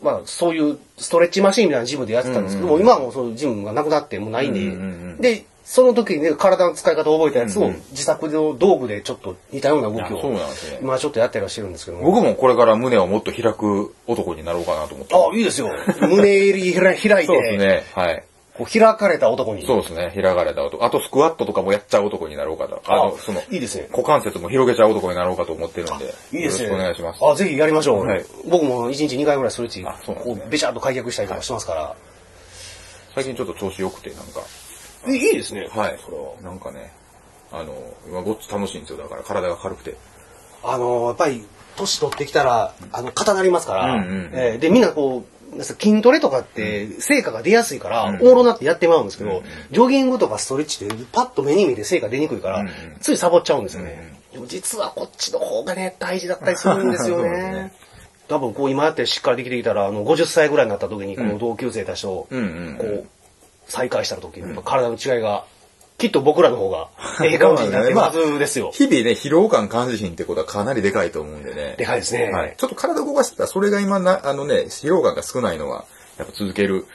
[SPEAKER 1] まあ、そういうストレッチマシーンみたいなジムでやってたんですけども、
[SPEAKER 2] うんうん
[SPEAKER 1] 今はもうそのジムがなくなってもうないんで、
[SPEAKER 2] うんうんうん
[SPEAKER 1] で、その時に、ね、体の使い方を覚えたやつ
[SPEAKER 2] う
[SPEAKER 1] を
[SPEAKER 2] んうん
[SPEAKER 1] 自宅の道具でちょっと似たような動き
[SPEAKER 2] あそうなん
[SPEAKER 1] を、
[SPEAKER 2] ですね。
[SPEAKER 1] 今ちょっとやったりはしてるんですけども。
[SPEAKER 2] 僕もこれから胸をもっと開く男になろうかなと思って。
[SPEAKER 1] あ、いいですよ。胸襟開い開い
[SPEAKER 2] そうで
[SPEAKER 1] て、
[SPEAKER 2] すね。はい。
[SPEAKER 1] こう開かれた男に。
[SPEAKER 2] そうですね。開かれた男。あとスクワットとかもやっちゃう男になろうかと。あの、その、
[SPEAKER 1] いいですね。
[SPEAKER 2] 股関節も広げちゃう男になろうかと思ってるんで。
[SPEAKER 1] いいですね。
[SPEAKER 2] よろしくお願いします。
[SPEAKER 1] あ、ぜひやりましょう。
[SPEAKER 2] はい
[SPEAKER 1] 僕も1日2回ぐらいストレッチ、
[SPEAKER 2] あそうなんです
[SPEAKER 1] こ
[SPEAKER 2] ね
[SPEAKER 1] う、べちゃっと開脚したりとかしてますから。
[SPEAKER 2] 最近ちょっと調子良くて、なんか。
[SPEAKER 1] い、いいですね。
[SPEAKER 2] はい
[SPEAKER 1] それは。
[SPEAKER 2] なんかね、あの、今ごっつ楽しいんですよ。だから体が軽くて。
[SPEAKER 1] あのやっぱり年取ってきたらあの肩なりますから、
[SPEAKER 2] うんうん
[SPEAKER 1] えーでみんなこうなんか筋トレとかって成果が出やすいから、
[SPEAKER 2] ん
[SPEAKER 1] おもろなってやってまうんですけど、ジョギングとかストレッチってパッと目に見えて成果出にくいから、
[SPEAKER 2] うんうん
[SPEAKER 1] ついサボっちゃうんですよね、でも実はこっちの方がね大事だったりするんですよ
[SPEAKER 2] そうです
[SPEAKER 1] ね
[SPEAKER 2] ね
[SPEAKER 1] 多分こう今やってしっかりできてきたらあの50歳ぐらいになった時にこの同級生たちとこ
[SPEAKER 2] うんうん
[SPEAKER 1] う再会した時にやっぱ体の違いがきっと僕らの方 がええ感じになってるはずですよ。
[SPEAKER 2] 日々ね、疲労感感じひんってことはかなりでかいと思うんでね。
[SPEAKER 1] でかいですね。
[SPEAKER 2] はい。ちょっと体動かしてたら、それが今な、あのね、疲労感が少ないのは、やっぱ続ける、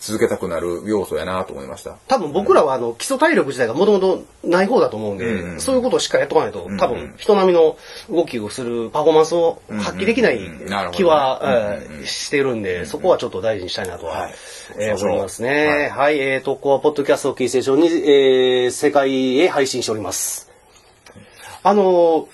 [SPEAKER 2] 続けたくなる要素やなと思いました。
[SPEAKER 1] 多分僕らはあの基礎体力自体がもともとない方だと思うんで、
[SPEAKER 2] うんうん
[SPEAKER 1] そういうことをしっかりやっとかないと
[SPEAKER 2] ん、
[SPEAKER 1] 多分人並みの動きをするパフォーマンスを発揮できない
[SPEAKER 2] うんうんなるほど
[SPEAKER 1] 気は
[SPEAKER 2] うん
[SPEAKER 1] えーしてるんで、そこはちょっと大事にしたいなとは
[SPEAKER 2] はい、
[SPEAKER 1] えー
[SPEAKER 2] そうそう
[SPEAKER 1] 思いますね。はい、えーと、こはポッドキャストをキーステーションに、えー世界へ配信しております。あのー、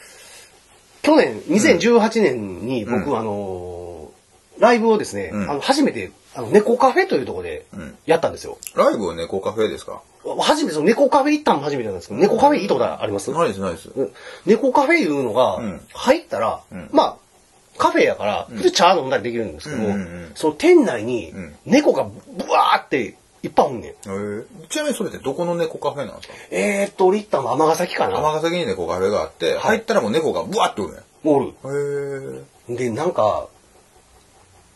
[SPEAKER 1] 去年、2018年に僕、あのー、ライブをですね、
[SPEAKER 2] うん
[SPEAKER 1] あの初めてあの猫カフェというところで
[SPEAKER 2] うん
[SPEAKER 1] やったんですよ。
[SPEAKER 2] ライブをね、こうカフェですか
[SPEAKER 1] 初めて、その猫カフェ行ったのも初めてなんですけど、猫カフェ行ったことあります、
[SPEAKER 2] ないです、ないです。
[SPEAKER 1] うん猫カフェいうのが
[SPEAKER 2] うん、
[SPEAKER 1] 入ったら、
[SPEAKER 2] うん
[SPEAKER 1] まあ、カフェやから、普通茶飲んだりできるんですけど、
[SPEAKER 2] うんうんうん
[SPEAKER 1] その店内に
[SPEAKER 2] うん
[SPEAKER 1] 猫がブワーっていっぱいおんねん。
[SPEAKER 2] えーちなみにそれってどこの猫カフェなんですか
[SPEAKER 1] えーっと、俺行ったのは尼崎かな
[SPEAKER 2] 尼崎に猫カフェがあって、入ったらもう猫がブワッておるね
[SPEAKER 1] おる。
[SPEAKER 2] へー
[SPEAKER 1] で、なんか、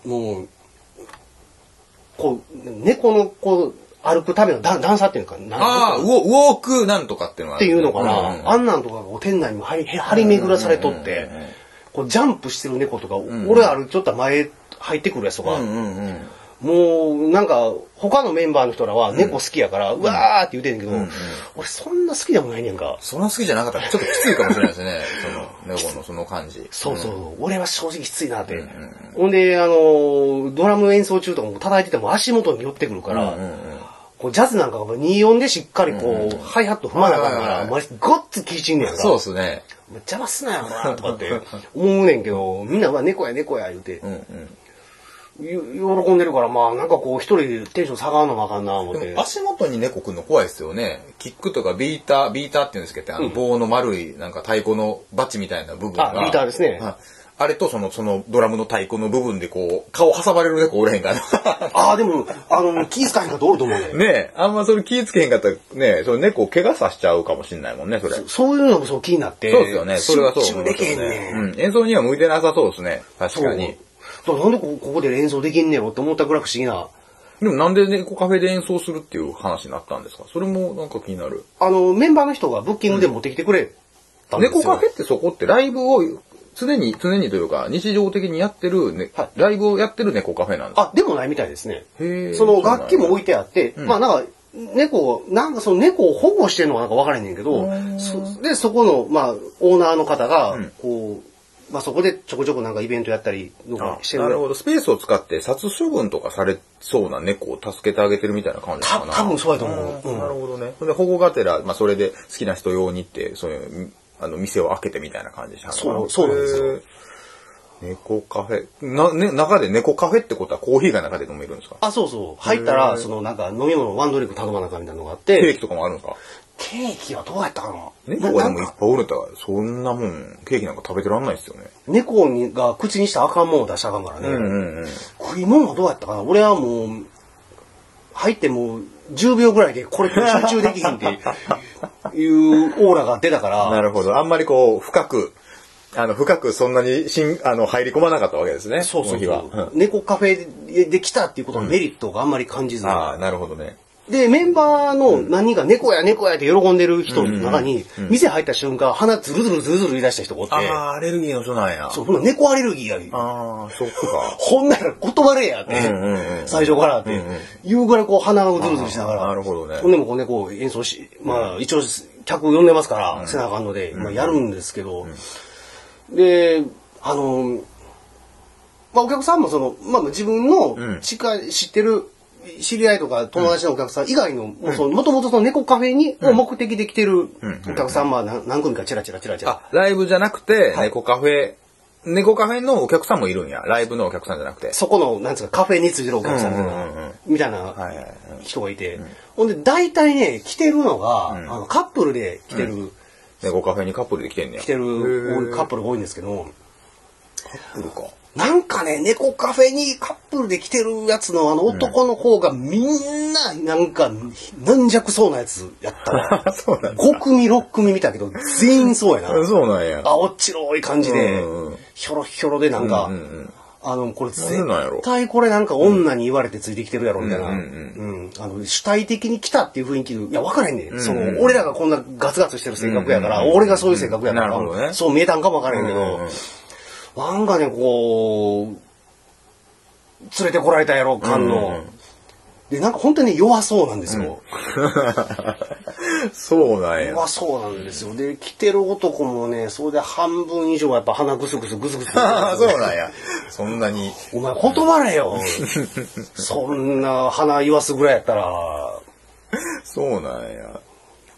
[SPEAKER 1] もう、こう、猫のこう、歩くための段段差っていうのかな。
[SPEAKER 2] ああ、ウ
[SPEAKER 1] っ
[SPEAKER 2] ォウォークなんとかっていうの
[SPEAKER 1] ていうのかな。あ
[SPEAKER 2] ん
[SPEAKER 1] んなんとかがこう店内にも張り張り巡らされとって、こうジャンプしてる猫とか、俺あるちょっと前入ってくるやつとか、
[SPEAKER 2] うんうんうん。
[SPEAKER 1] もうなんか他のメンバーの人らは猫好きやから、うわーって言うてんねんけど、
[SPEAKER 2] んうん
[SPEAKER 1] 俺そんな好きでもないねんか。
[SPEAKER 2] そんな好きじゃなかったらちょっときついかもしれないですね。その猫のその感じ。
[SPEAKER 1] そうそう、俺は正直きついなって。
[SPEAKER 2] んうん
[SPEAKER 1] ほんで、あのードラム演奏中とかも叩いてても足元に寄ってくるか
[SPEAKER 2] うん
[SPEAKER 1] ら、
[SPEAKER 2] うんうん。
[SPEAKER 1] こうジャズなんかが24でしっかりこう、ハイハット踏まなあかんか
[SPEAKER 2] はいはい
[SPEAKER 1] ら、
[SPEAKER 2] はい
[SPEAKER 1] まじごっつきいちんねやんか。
[SPEAKER 2] そうですね。
[SPEAKER 1] 邪魔すなよな、とかって思うねんけど、みんなは猫や猫や言うて、
[SPEAKER 2] うんうん。
[SPEAKER 1] よ喜んでるから、まあ、なんかこう、一人でテンション下がるのもあかんな、思っ
[SPEAKER 2] で
[SPEAKER 1] て
[SPEAKER 2] も。足元に猫くんの怖いですよね。キックとかビーター、ビーターって言うんですけど、あの棒の丸い、なんか太鼓のバチみたいな部分が。
[SPEAKER 1] あビーターですね
[SPEAKER 2] はいあれとその、そのドラムの太鼓の部分でこう、顔挟まれる猫おれへん かな。
[SPEAKER 1] ああ、でも、あの、気遣いなんかどうと思うね。
[SPEAKER 2] ねえ、あんまそれ気ぃつけへんかったら、ねえ、その猫を怪我させちゃうかもしんないもんね、それ。そう
[SPEAKER 1] そういうのもそう気になって。
[SPEAKER 2] ですよね。それはそう
[SPEAKER 1] 集中できへんねん。
[SPEAKER 2] うん。演奏には向いてなさそうですね。確かに。
[SPEAKER 1] そう。だからなんでこここで演奏できんねやろって思ったぐらい不思議な。
[SPEAKER 2] でもなんで猫カフェで演奏するっていう話になったんですかそれもなんか気になる。
[SPEAKER 1] あの、メンバーの人がブッキングで持ってきてくれたんですよ。
[SPEAKER 2] 猫カフェってそこってライブを常に、常にというか、日常的にやってる、ね
[SPEAKER 1] は
[SPEAKER 2] ライブをやってる猫カフェなんです
[SPEAKER 1] あ、でもないみたいですね。
[SPEAKER 2] へー
[SPEAKER 1] その楽器も置いてあって、
[SPEAKER 2] ん
[SPEAKER 1] まあなんか、猫を、なんかその猫を保護してるのかなんか分からへんねんけど
[SPEAKER 2] うー、ん
[SPEAKER 1] そで、そこの、まあ、オーナーの方が
[SPEAKER 2] ん、
[SPEAKER 1] こう、まあそこでちょこちょこなんかイベントやったりとかしてる
[SPEAKER 2] なるほど。スペースを使って殺処分とかされそうな猫を助けてあげてるみたいな感じか
[SPEAKER 1] た
[SPEAKER 2] な。
[SPEAKER 1] 多分そうやと思う。
[SPEAKER 2] うん
[SPEAKER 1] うん
[SPEAKER 2] なるほどね。で、保護がてら、まあ、それで好きな人用にって、そういう、あの、店を開けてみたいな感じでした
[SPEAKER 1] そうそうなんですよ。
[SPEAKER 2] へー猫カフェ。な、ね、中で猫カフェってことはコーヒーが中で飲めるんですか
[SPEAKER 1] あ、そうそう。入ったら、そのなんか飲み物ワンドリンク頼まなあかんみたいなのがあって、
[SPEAKER 2] ケーキとかもあるんですか
[SPEAKER 1] ケーキはどうやったかな
[SPEAKER 2] 猫はでもい
[SPEAKER 1] なん
[SPEAKER 2] っぱ
[SPEAKER 1] か
[SPEAKER 2] いおるんだから、そんなもん、ケーキなんか食べてらんないですよね。
[SPEAKER 1] 猫にが口にしたらあかんもんを出したらあかんからね。
[SPEAKER 2] うんうんうん。
[SPEAKER 1] 食い物はどうやったかな俺はもう、入ってもう10秒ぐらいでこれ今日集中できひんっていうオーラが出たか
[SPEAKER 2] な
[SPEAKER 1] ら、
[SPEAKER 2] るほど。あんまりこう、深く、あの、深くそんなにしん、あの、入り込まなかったわけですね。
[SPEAKER 1] そうそうそ
[SPEAKER 2] この日は。
[SPEAKER 1] う。猫カフェで来たっていうことのメリットがあんまり感じずに、
[SPEAKER 2] ああ、なるほどね。
[SPEAKER 1] で、メンバーの何人か猫や猫やって喜んでる人の中に、店入った瞬間、鼻ズルズルズルズル言い出した人がおって
[SPEAKER 2] あ、あ、アレルギーの人なんや。
[SPEAKER 1] そう、ほな猫アレルギーや言う
[SPEAKER 2] ああ、そっか。
[SPEAKER 1] ほんなら断れやって、
[SPEAKER 2] うんうんうん
[SPEAKER 1] 最初からって、言うぐらいこう鼻をズルズルしなが
[SPEAKER 2] あー
[SPEAKER 1] ら。
[SPEAKER 2] なるほどね
[SPEAKER 1] ほんでもこうね、こう演奏し、まあ一応客呼んでますから、せなあかんので、まあやるんですけど、で、あの、まあお客さんもその、まあ自分の近い、知ってる、知り合いとか友達のお客さん以外の、もうそのもともとその猫カフェに、を目的で来てるお客さんは何何組かチラチラチラチラ。
[SPEAKER 2] あ、ライブじゃなくて、猫カフェ、猫カフェのお客さんもいるんや。ライブのお客さんじゃなくて。
[SPEAKER 1] そこの、なんつうか、カフェについてるお客さんと
[SPEAKER 2] うんうんうんう
[SPEAKER 1] か
[SPEAKER 2] ん、
[SPEAKER 1] みたいな、
[SPEAKER 2] はいはいはい。
[SPEAKER 1] 人がいて、ほんで大体ね来てるのが、あのカップルで来てる、
[SPEAKER 2] 猫カフェにカップルで来てんねや。
[SPEAKER 1] 来てる多いカッ
[SPEAKER 2] プ
[SPEAKER 1] プルが多いんですけど
[SPEAKER 2] ルか。
[SPEAKER 1] なんかね猫カフェにカップルで来てるやつのあの男の方がみんななんか軟弱そうなやつやったわ
[SPEAKER 2] そうなんだ。
[SPEAKER 1] 5組6組見たけど全員そうやな
[SPEAKER 2] そうなんや。
[SPEAKER 1] 青っちろい感じで、
[SPEAKER 2] うんうん
[SPEAKER 1] ひょろひょろでなんか、
[SPEAKER 2] うんうん
[SPEAKER 1] あの、これ
[SPEAKER 2] なんなんやろ
[SPEAKER 1] 絶対これなんか女に言われてついてきてるやろみたいな。
[SPEAKER 2] う
[SPEAKER 1] うんん
[SPEAKER 2] うん
[SPEAKER 1] あの、主体的に来たっていう雰囲気で、いや、わからへんね、ん。そ
[SPEAKER 2] うん
[SPEAKER 1] の、俺らがこんなガツガツしてる性格やから、
[SPEAKER 2] うんうんうん
[SPEAKER 1] 俺がそういう性格やから、
[SPEAKER 2] うんなるほどね
[SPEAKER 1] そう見えたんかもわからへんけど、
[SPEAKER 2] うんうん
[SPEAKER 1] なんかね、こう、連れてこられたやろ、感の。
[SPEAKER 2] うんうん
[SPEAKER 1] で、なんか本当に弱そうなんですよ。
[SPEAKER 2] そうなんや。
[SPEAKER 1] 弱そうなんですよ。で、来てる男もね、それで半分以上はやっぱ鼻ぐすぐすぐすぐす。
[SPEAKER 2] ああ、 そうなんや。そんなに。
[SPEAKER 1] お前断れよ。 そんな鼻言わすぐらいやったら、
[SPEAKER 2] そうなんや。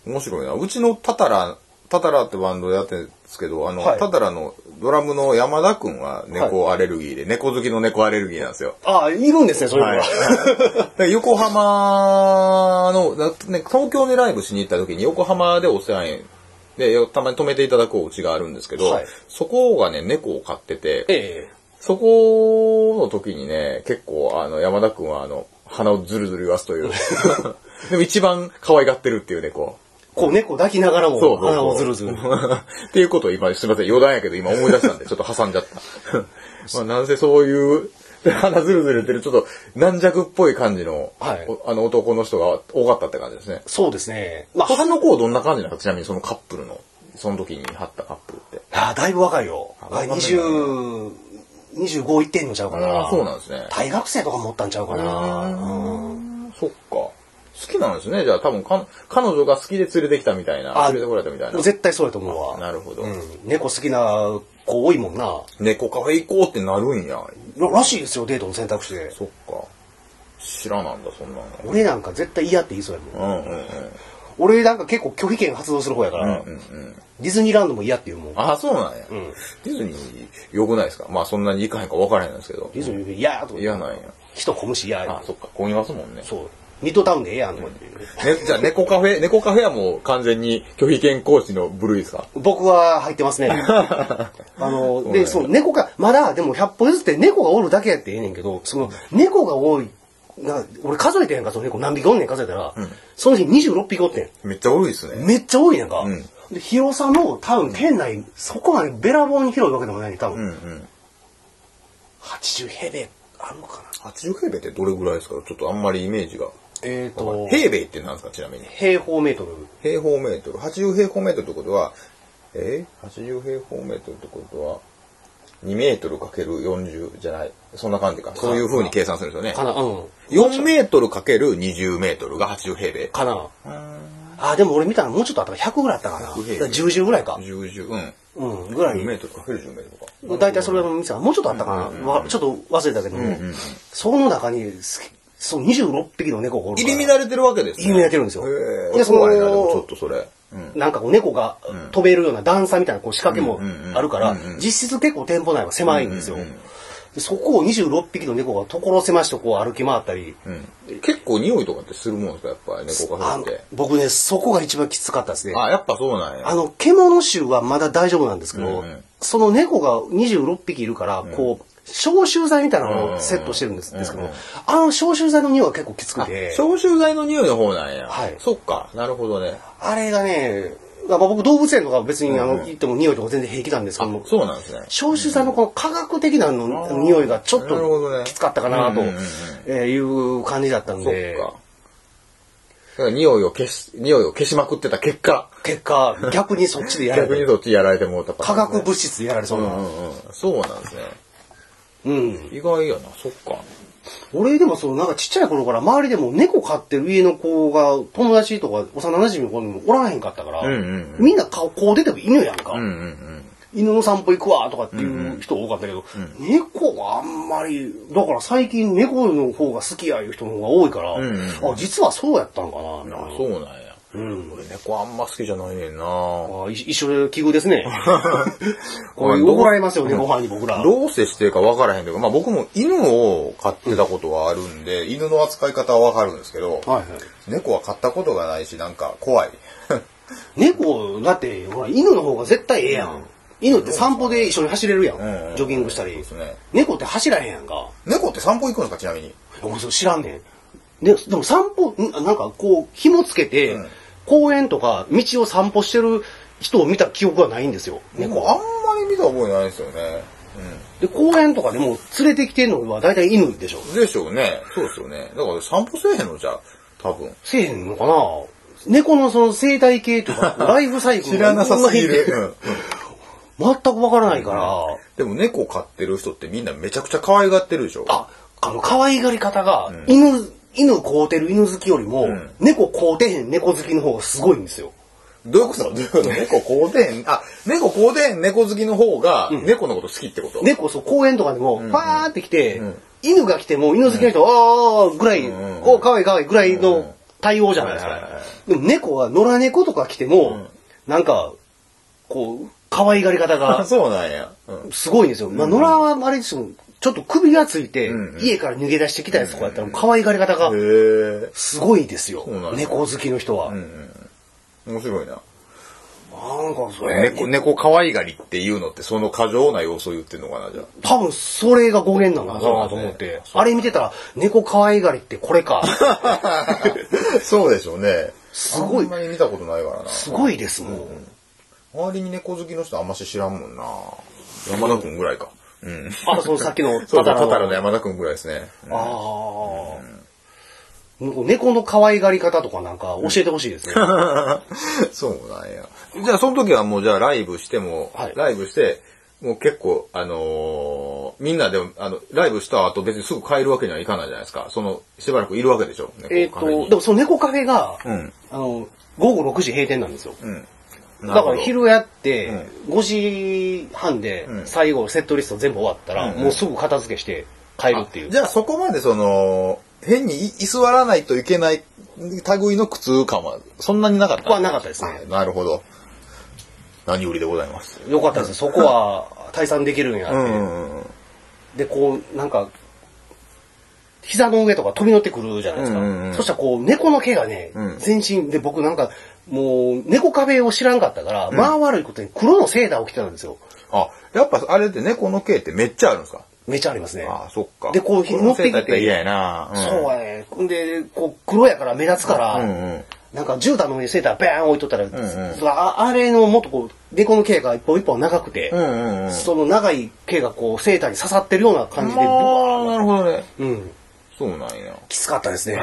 [SPEAKER 2] 面白いな。うちのタタラ、タタラってバンドやってるんですけど、あの、
[SPEAKER 1] はい
[SPEAKER 2] タタラのドラムの山田くんは猫アレルギーで、猫好きの猫アレルギーなんですよ。
[SPEAKER 1] ああ、いるんですね、そういうの
[SPEAKER 2] はい
[SPEAKER 1] が。
[SPEAKER 2] だから横浜の、だね、東京でライブしに行った時に横浜でお世話に、で、よたまに泊めていただくお家があるんですけど、
[SPEAKER 1] はい
[SPEAKER 2] そこがね、猫を飼ってて、
[SPEAKER 1] え
[SPEAKER 2] そこの時にね、結構あの、山田くんはあの、鼻をズルズル言わすという。でも一番可愛がってるっていう 猫。
[SPEAKER 1] え。こう猫抱きながらも
[SPEAKER 2] そうそうそう
[SPEAKER 1] 鼻をずるず る。
[SPEAKER 2] っていうことを今、すみません、余談やけど今思い出したんで、ちょっと挟んじゃった。まあ、なんせそういう、 鼻ずるずるってる、ちょっと軟弱っぽい感じの、
[SPEAKER 1] はい
[SPEAKER 2] おあの男の人が多かったって感じですね。
[SPEAKER 1] そうですね。まあ、
[SPEAKER 2] 他の子はどんな感じなのかちなみにそのカップルの、その時に貼ったカップルって。
[SPEAKER 1] ああだいぶ若いよ。
[SPEAKER 2] あ
[SPEAKER 1] 二十25いってんのちゃうか
[SPEAKER 2] あ
[SPEAKER 1] な。
[SPEAKER 2] あ、そうなんですね。
[SPEAKER 1] 大学生とか持ったんちゃうかな。うん
[SPEAKER 2] そっか。好きなんですね。じゃあ多分か、彼女が好きで連れてきたみたいな、
[SPEAKER 1] あ
[SPEAKER 2] 連れてこられたみたい
[SPEAKER 1] も
[SPEAKER 2] な
[SPEAKER 1] う。絶対そうやと思うわ。
[SPEAKER 2] なるほど
[SPEAKER 1] うん猫好きな子多いもんな。
[SPEAKER 2] 猫カフェ行こうってなるんや。
[SPEAKER 1] ららしいですよ、デートの選択肢で。
[SPEAKER 2] そっか。知らなんだ、そんなの。
[SPEAKER 1] 俺なんか絶対嫌って言いそうやもん。
[SPEAKER 2] うんうんうん。
[SPEAKER 1] 俺なんか結構拒否権発動する方やか
[SPEAKER 2] う
[SPEAKER 1] ら、
[SPEAKER 2] んうんうん。
[SPEAKER 1] ディズニーランドも嫌っていうもん。
[SPEAKER 2] ああ、そうなんや。
[SPEAKER 1] ん
[SPEAKER 2] ディズニー良くないですかまあそんなに行かへんか分からへんですけど
[SPEAKER 1] デ。ィズニーで嫌やとか言って
[SPEAKER 2] 嫌なんや。
[SPEAKER 1] 人混むし嫌
[SPEAKER 2] ああ
[SPEAKER 1] や。
[SPEAKER 2] そっか、混みますもんね。
[SPEAKER 1] そう。ミッドタウンでええやんとかっていう
[SPEAKER 2] ね、じゃあ猫カフェ、猫カフェはもう完全に拒否権行使の部類ですか
[SPEAKER 1] 僕は入ってますね。あの、で、その猫が、まだ、でも100歩譲って猫がおるだけやってええねんけど、その猫が多い、な俺数えてんやんか、その猫何匹おんねん数えたら、その日26匹おって
[SPEAKER 2] めっちゃ多いです
[SPEAKER 1] ん。
[SPEAKER 2] ね。
[SPEAKER 1] めっちゃ多いやんか。
[SPEAKER 2] ん
[SPEAKER 1] で広さも多分店内、そこまでべらぼうに広いわけでもないねん多
[SPEAKER 2] うんう
[SPEAKER 1] 分、
[SPEAKER 2] ん。
[SPEAKER 1] 80平米あるのかな。
[SPEAKER 2] 80平米ってどれぐらいですかちょっとあんまりイメージが。
[SPEAKER 1] えっ、ー、と、
[SPEAKER 2] 平米って何ですかちなみに。
[SPEAKER 1] 平方メートル。
[SPEAKER 2] 平方メートル。80平方メートルってことは、えー、?80 平方メートルってことは、2メートルかける40じゃない。そんな感じか。そういう風に計算するんですよね。
[SPEAKER 1] かな、うん。
[SPEAKER 2] 4メートルかける20メートルが80平米。
[SPEAKER 1] かな。あ、でも俺見たらもうちょっとあったから100ぐらいあったかな。だか
[SPEAKER 2] 100平米
[SPEAKER 1] ら10ぐらいか。
[SPEAKER 2] 10、10、うん。
[SPEAKER 1] うん、ぐら
[SPEAKER 2] 10メ
[SPEAKER 1] い。
[SPEAKER 2] ートルかける10メートルか。
[SPEAKER 1] 大体それの店はもうちょっとあったかな。わちょっと忘れたけども、その中に、すその26匹の猫がおる
[SPEAKER 2] 入
[SPEAKER 1] から。
[SPEAKER 2] り乱れてるわけですね。
[SPEAKER 1] 入り乱れてるんですよ
[SPEAKER 2] へー
[SPEAKER 1] でその
[SPEAKER 2] 怖いな、でもちょっとそれ。うん。
[SPEAKER 1] なんかこう猫が飛べるような段差みたいなこう仕掛けも
[SPEAKER 2] うんうんうん
[SPEAKER 1] あるから
[SPEAKER 2] うんうん、
[SPEAKER 1] 実質結構店舗内は狭いんですよ
[SPEAKER 2] うんうんうん。
[SPEAKER 1] でそこを26匹の猫が所狭しとこう歩き回ったり、
[SPEAKER 2] うん、結構匂いとかってするもんですか、やっぱり猫カ
[SPEAKER 1] あ
[SPEAKER 2] フェ
[SPEAKER 1] の
[SPEAKER 2] って。
[SPEAKER 1] 僕ね、そこが一番きつかったですね。
[SPEAKER 2] あ、やっぱそうなんや。
[SPEAKER 1] あの、獣臭はまだ大丈夫なんですけど、
[SPEAKER 2] うんうん
[SPEAKER 1] その猫が26匹いるから、こう、消臭剤みたいなのをセットしてるんです,、ですけど、あの消臭剤の匂いが結構きつくて、
[SPEAKER 2] 消臭剤の匂いの方なんや。
[SPEAKER 1] はい
[SPEAKER 2] そっか、なるほどね。
[SPEAKER 1] あれがね、まあ、僕動物園とか別にあの、行っても匂いとか全然平気なんですけ
[SPEAKER 2] あ
[SPEAKER 1] ども、
[SPEAKER 2] そうなんですね。
[SPEAKER 1] 消臭剤のこの科学的なの匂いがちょっ
[SPEAKER 2] なるほど
[SPEAKER 1] と
[SPEAKER 2] ね
[SPEAKER 1] きつかったかなと
[SPEAKER 2] うんうんうん
[SPEAKER 1] えーいう感じだったん
[SPEAKER 2] そっ
[SPEAKER 1] で、
[SPEAKER 2] か。だから匂いを消し、匂いを消しまくってた結果、
[SPEAKER 1] 結果逆にそっちでやら
[SPEAKER 2] 逆に
[SPEAKER 1] れて、
[SPEAKER 2] どっちやられてもうたパタ
[SPEAKER 1] 化
[SPEAKER 2] ー
[SPEAKER 1] 学
[SPEAKER 2] ンですね
[SPEAKER 1] 物質でやられそう
[SPEAKER 2] う
[SPEAKER 1] な。
[SPEAKER 2] んうんうん。そうなんですね。
[SPEAKER 1] うん
[SPEAKER 2] 意外やな、そっか。
[SPEAKER 1] 俺でもそう、なんかちっちゃい頃から周りでも猫飼ってる家の子が友達とか幼馴染の子にもおらへんかったから、
[SPEAKER 2] うんうん
[SPEAKER 1] みんな顔こう出てく犬やんか、
[SPEAKER 2] うんうんうん。
[SPEAKER 1] 犬の散歩行くわとかっていう人多かったけど、猫はあんまり、だから最近猫の方が好きやいう人の方が多いから、
[SPEAKER 2] ん
[SPEAKER 1] あ、実はそうやったんかな、みたいな
[SPEAKER 2] あ、そうなんや。
[SPEAKER 1] うん
[SPEAKER 2] 俺猫あんま好きじゃないねんな
[SPEAKER 1] あい一緒の奇遇です ね。これ怒られますよね、ご飯に僕ら。
[SPEAKER 2] どうしてしてるか分からへんけど、まあ僕も犬を飼ってたことはあるんで、犬の扱い方は分かるんですけ
[SPEAKER 1] は
[SPEAKER 2] ど、
[SPEAKER 1] いはい、
[SPEAKER 2] 猫は飼ったことがないし、なんか怖い。
[SPEAKER 1] 猫、だって、ほら、犬の方が絶対ええやん。犬って散歩で一緒に走れるやん。
[SPEAKER 2] うん
[SPEAKER 1] ジョギングしたり
[SPEAKER 2] そう。ですね。
[SPEAKER 1] 猫って走らへんやんか。
[SPEAKER 2] 猫って散歩行くんですか、ちなみに。
[SPEAKER 1] 俺それ知らんねん。ででも散歩、んなんかこう、紐つけて、
[SPEAKER 2] うん
[SPEAKER 1] 公園とか道を散歩してる人を見た記憶はないんですよ。
[SPEAKER 2] 猫
[SPEAKER 1] 猫
[SPEAKER 2] あ
[SPEAKER 1] は。
[SPEAKER 2] んまり見た覚えないですよね。
[SPEAKER 1] で、公園とかでも連れてきてんのは大体犬でしょ
[SPEAKER 2] う。ん。でしょうね。そうですよね。だから散歩せえへんのじゃあ、多分。
[SPEAKER 1] せえへんのかな猫のその生態系と か、ライフサイクル
[SPEAKER 2] 知らなさすぎる。
[SPEAKER 1] うまい
[SPEAKER 2] うん
[SPEAKER 1] 全くわからないから、
[SPEAKER 2] でも猫飼ってる人ってみんなめちゃくちゃ可愛がってるでしょ。
[SPEAKER 1] あ、あの、可愛がり方が、犬、犬飼うてる犬好きよりも、
[SPEAKER 2] ん
[SPEAKER 1] 猫飼うてへん猫好きの方がすごいんですよ。
[SPEAKER 2] どういうことどういうこと猫こうでん、あ、猫こうでん猫好きの方が、猫のこと好きってこと、
[SPEAKER 1] 猫、そう、公園とかでも、ファーって来て、
[SPEAKER 2] ん
[SPEAKER 1] 犬が来ても、犬好きな人、あーぐらい、
[SPEAKER 2] ん
[SPEAKER 1] お可愛い可愛いぐらい
[SPEAKER 2] うん
[SPEAKER 1] の対応じゃないです
[SPEAKER 2] はいはいは
[SPEAKER 1] か。でも猫は、野良猫とか来ても、なんか、こう、可愛がり方
[SPEAKER 2] あ、
[SPEAKER 1] が、
[SPEAKER 2] そうなんや。うん。
[SPEAKER 1] すごいんですよ。まあ、野良はあれですよ、ちょっと首がついて、
[SPEAKER 2] うんうん
[SPEAKER 1] 家から逃げ出してきたやつとかやったら、可愛がり方が、
[SPEAKER 2] へえ。
[SPEAKER 1] すごいですよ
[SPEAKER 2] そうなん。だ
[SPEAKER 1] 猫好きの人は。
[SPEAKER 2] 面白いな。
[SPEAKER 1] なんかそれ、
[SPEAKER 2] 猫、猫可愛がりっていうのってその過剰な様子を言ってんのかな、じゃあ。
[SPEAKER 1] 多分それが語源なのかなと思っ
[SPEAKER 2] そうだ
[SPEAKER 1] て
[SPEAKER 2] ね。
[SPEAKER 1] あれ見てたら、猫可愛がりってこれか。
[SPEAKER 2] そうでしょうね。
[SPEAKER 1] すごい
[SPEAKER 2] あんまり見たことないからな。
[SPEAKER 1] すごいですもん。
[SPEAKER 2] 周りに猫好きの人あんまし知らんもんな。山田くんぐらいか。うん。
[SPEAKER 1] あ、そのさっきの
[SPEAKER 2] そう
[SPEAKER 1] タタラ
[SPEAKER 2] だ、タ
[SPEAKER 1] の
[SPEAKER 2] タラの山田くんぐらいですね。うん
[SPEAKER 1] ああ。なんか猫の可愛がり方とかなんか教えてほしいですね。
[SPEAKER 2] そうなんや。じゃあ、その時はもう、じゃあ、ライブしても、
[SPEAKER 1] はい
[SPEAKER 2] ライブして、もう結構、あのーみんなで、あの、ライブした後別にすぐ帰るわけにはいかないじゃないですか。その、しばらくいるわけでしょ。猫
[SPEAKER 1] えっ
[SPEAKER 2] カフェに
[SPEAKER 1] と、でもその猫カフェが、
[SPEAKER 2] うん。
[SPEAKER 1] あの、午後6時閉店なんですよ。
[SPEAKER 2] うん。
[SPEAKER 1] だ
[SPEAKER 2] なる
[SPEAKER 1] か
[SPEAKER 2] ほ
[SPEAKER 1] ら
[SPEAKER 2] ど。
[SPEAKER 1] 昼やって、5時半で
[SPEAKER 2] うん
[SPEAKER 1] 最後セットリスト全部終わったら、もうすぐ片付けして帰るっていう
[SPEAKER 2] じ。ゃあ、そこまでその、変に居座らないといけない類の苦痛感は、そんなになかった
[SPEAKER 1] はなかったですね
[SPEAKER 2] あなるほど。何よりでございます。
[SPEAKER 1] よかったです。そこ は退散できるんやって。
[SPEAKER 2] うんうん。
[SPEAKER 1] で、こう、なんか、膝の上とか飛び乗ってくるじゃないですか。
[SPEAKER 2] うんうんうん
[SPEAKER 1] そしたらこう、猫の毛がね、
[SPEAKER 2] うん
[SPEAKER 1] 全身で僕なんか、もう、猫カフェを知らんかったから、まあ悪いことに黒のセーターを着てたんですよ。
[SPEAKER 2] あ、やっぱあれって猫の毛ってめっちゃあるんですか
[SPEAKER 1] めちゃありますね。
[SPEAKER 2] ああ、そっか。
[SPEAKER 1] でこう
[SPEAKER 2] 乗ってきて。嫌やな。
[SPEAKER 1] そう
[SPEAKER 2] や。
[SPEAKER 1] やね。んで、こう、黒やから目立つから、
[SPEAKER 2] うんうん。
[SPEAKER 1] なんか絨毯の上にセーターバーン置いとったら、
[SPEAKER 2] ん
[SPEAKER 1] そのああれのもっとこう、猫の毛が一本一本長くて、
[SPEAKER 2] うんうんうん。
[SPEAKER 1] その長い毛がこう、セーターに刺さってるような感じで、
[SPEAKER 2] ああ、なるほどね。
[SPEAKER 1] うん、
[SPEAKER 2] そうなん や。
[SPEAKER 1] きつかったですね。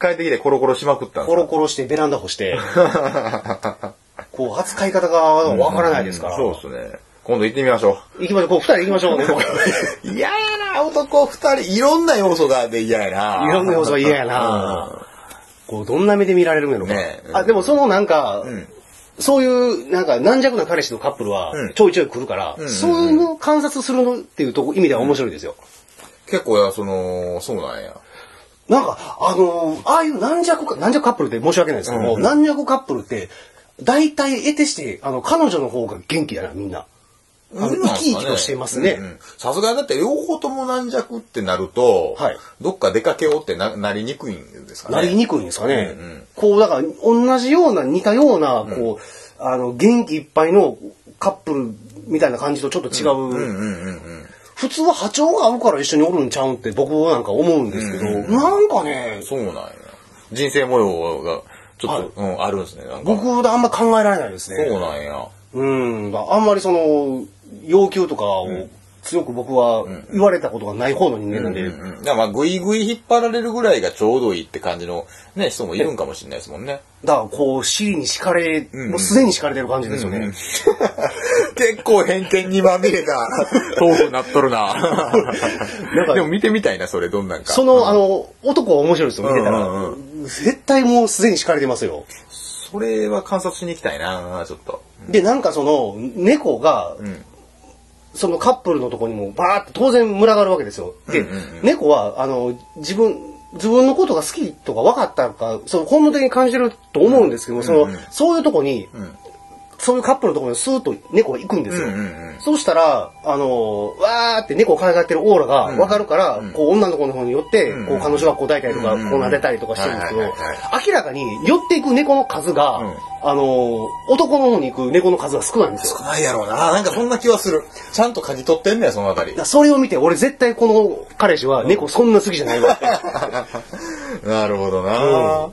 [SPEAKER 2] 帰ってきてコロコロしまくったん
[SPEAKER 1] コロコロしてベランダ干して、 こう、扱い方がわからないですから。
[SPEAKER 2] そうですね。今度行ってみましょ
[SPEAKER 1] 行きましょう、こう、二人で行きまし ょう、ね、もう
[SPEAKER 2] う。嫌やな、男二人。いろんな要素があって嫌やな。
[SPEAKER 1] いろんな要素が嫌やな。こう、どんな目で見られるんやろか。
[SPEAKER 2] ねえ
[SPEAKER 1] あ、でもそのなんか、
[SPEAKER 2] ん
[SPEAKER 1] そういう、なんか、軟弱な彼氏のカップルは
[SPEAKER 2] うん、
[SPEAKER 1] ちょいちょい来るから、
[SPEAKER 2] んうん
[SPEAKER 1] そういうのを観察するのっていうとこ意味では面白いですよ。
[SPEAKER 2] 結構や、その、そうなんや。
[SPEAKER 1] なんか、あのーああいう軟弱か、軟弱カップルで申し訳ないですけども、軟弱カップルって、大体得てして、あの、彼女の方が元気だな、みんな。あの、
[SPEAKER 2] そうな
[SPEAKER 1] 生
[SPEAKER 2] んすかね
[SPEAKER 1] き生きとしてますね。
[SPEAKER 2] うんうんさすがにだって両方とも軟弱ってなると、
[SPEAKER 1] はい
[SPEAKER 2] どっか出かけようってななりにくいんですかね。
[SPEAKER 1] なりにくいんですかね。
[SPEAKER 2] うんうん
[SPEAKER 1] こう、だから、同じような、似たような、こう、あの、元気いっぱいのカップルみたいな感じとちょっと違う、
[SPEAKER 2] うんうんうんうん。
[SPEAKER 1] 普通は波長が合うから一緒におるんちゃうんって僕はなんか思うんですけど、なんかね、
[SPEAKER 2] そうなんや。人生模様が、ちょっと、うん、あるんですね。なんか
[SPEAKER 1] 僕はあんま考えられないですね。
[SPEAKER 2] そうなんや。
[SPEAKER 1] うん、あんまりその、要求とかを強く僕は言われたことがない方の人間なんで、
[SPEAKER 2] うんうん。だからまあ、ぐいぐい引っ張られるぐらいがちょうどいいって感じの、ね、人もいるんかもしれないですもんね。
[SPEAKER 1] だからこう、尻に敷かれ、
[SPEAKER 2] ん
[SPEAKER 1] もうすでに敷かれてる感じですよね。
[SPEAKER 2] 結構偏見にまみれた豆腐になっとる な。
[SPEAKER 1] か
[SPEAKER 2] でも見てみたいな、それ、どんなんか。
[SPEAKER 1] その、あの、男は面白いですよ、見てたら。
[SPEAKER 2] うん
[SPEAKER 1] 絶対もうすでに敷かれてますよ。
[SPEAKER 2] それは観察しに行きたいな、ちょっと。
[SPEAKER 1] で、なんかその、猫が、
[SPEAKER 2] ん
[SPEAKER 1] そのカップルのとこにもバーって当然群がるわけですよ。で、
[SPEAKER 2] うんうん
[SPEAKER 1] 猫は、あの、自分、自分のことが好きとか分かったのか、その本能的に感じると思うんですけども、その、そういうとこに、そういうカップルのところにスーッと猫が行くんですよ。
[SPEAKER 2] うんうんうん
[SPEAKER 1] そうしたら、あの、わーって猫を可愛がってるオーラが分かるから、こう女の子の方に寄って、
[SPEAKER 2] ん
[SPEAKER 1] こう彼女がこう抱いたりとか、
[SPEAKER 2] うんうん
[SPEAKER 1] こう撫でたりとかしてるんですけど
[SPEAKER 2] はいはいはいはい、
[SPEAKER 1] 明らかに寄っていく猫の数が、
[SPEAKER 2] うん
[SPEAKER 1] あの、男の方に行く猫の数が少ないんですよ。だか
[SPEAKER 2] ないやろうな。なんかそんな気はする。ちゃんと嗅ぎ取ってんねや、そのあたり。
[SPEAKER 1] らそれを見て、俺絶対この彼氏は猫そんな好きじゃ ないわって。
[SPEAKER 2] なるほどな。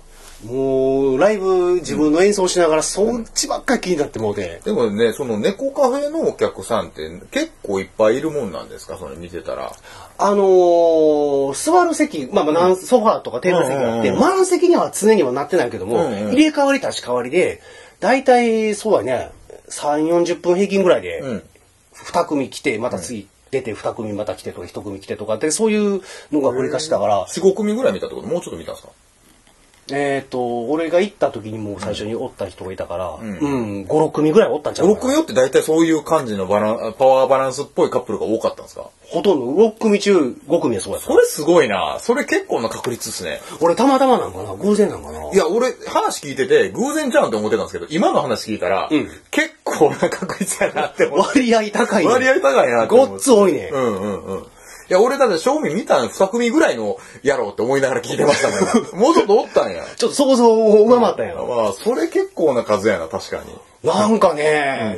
[SPEAKER 1] もう、ライブ自分の演奏しながら、そっちばっかり気になってもうて。
[SPEAKER 2] でもね、その猫カフェのお客さんって結構いっぱいいるもんなんですかそれ見てたら。
[SPEAKER 1] あのー座る席、まあまあなん、ソファーとかテーブル席があって、
[SPEAKER 2] うんうん
[SPEAKER 1] 満席には常にはなってないけども、
[SPEAKER 2] うんうん
[SPEAKER 1] 入れ替わり立ち替わりで、大体そうやね、3、40分平均ぐらいで、
[SPEAKER 2] うん。
[SPEAKER 1] 2組来て、また次出て、2組また来てとか、1組来てとかって、そういうのが繰り返しだから、
[SPEAKER 2] 4、5組ぐらい見たってこともうちょっと見たんですか
[SPEAKER 1] えっ、と、俺が行った時にもう最初におった人がいたから、うんん、5、6組ぐらいおったんちゃう
[SPEAKER 2] ?5、
[SPEAKER 1] か
[SPEAKER 2] 6
[SPEAKER 1] な
[SPEAKER 2] 組よって大体そういう感じのバラン、パワーバランスっぽいカップルが多かったんですか
[SPEAKER 1] ほとんど6組中5組はそうやった
[SPEAKER 2] そ。れすごいな。それ結構な確率ですね。
[SPEAKER 1] 俺たまたまなんかな偶然なんかない
[SPEAKER 2] や、俺、話聞いてて、偶然じゃんって思ってたんですけど、今の話聞いたら、
[SPEAKER 1] うん
[SPEAKER 2] 結構な確率やなって思って。
[SPEAKER 1] 割合高いね
[SPEAKER 2] 割合高いなって思って
[SPEAKER 1] ごっつ多いね。
[SPEAKER 2] うんうんうん。いや、俺だって正味見たの2組ぐらいのやろうって思いながら聞いてましたもん。 もうちょっとおったんや。
[SPEAKER 1] ちょっと想像を上回ったんやろ。
[SPEAKER 2] まあ、それ結構な数やな、確かに。
[SPEAKER 1] なんかね、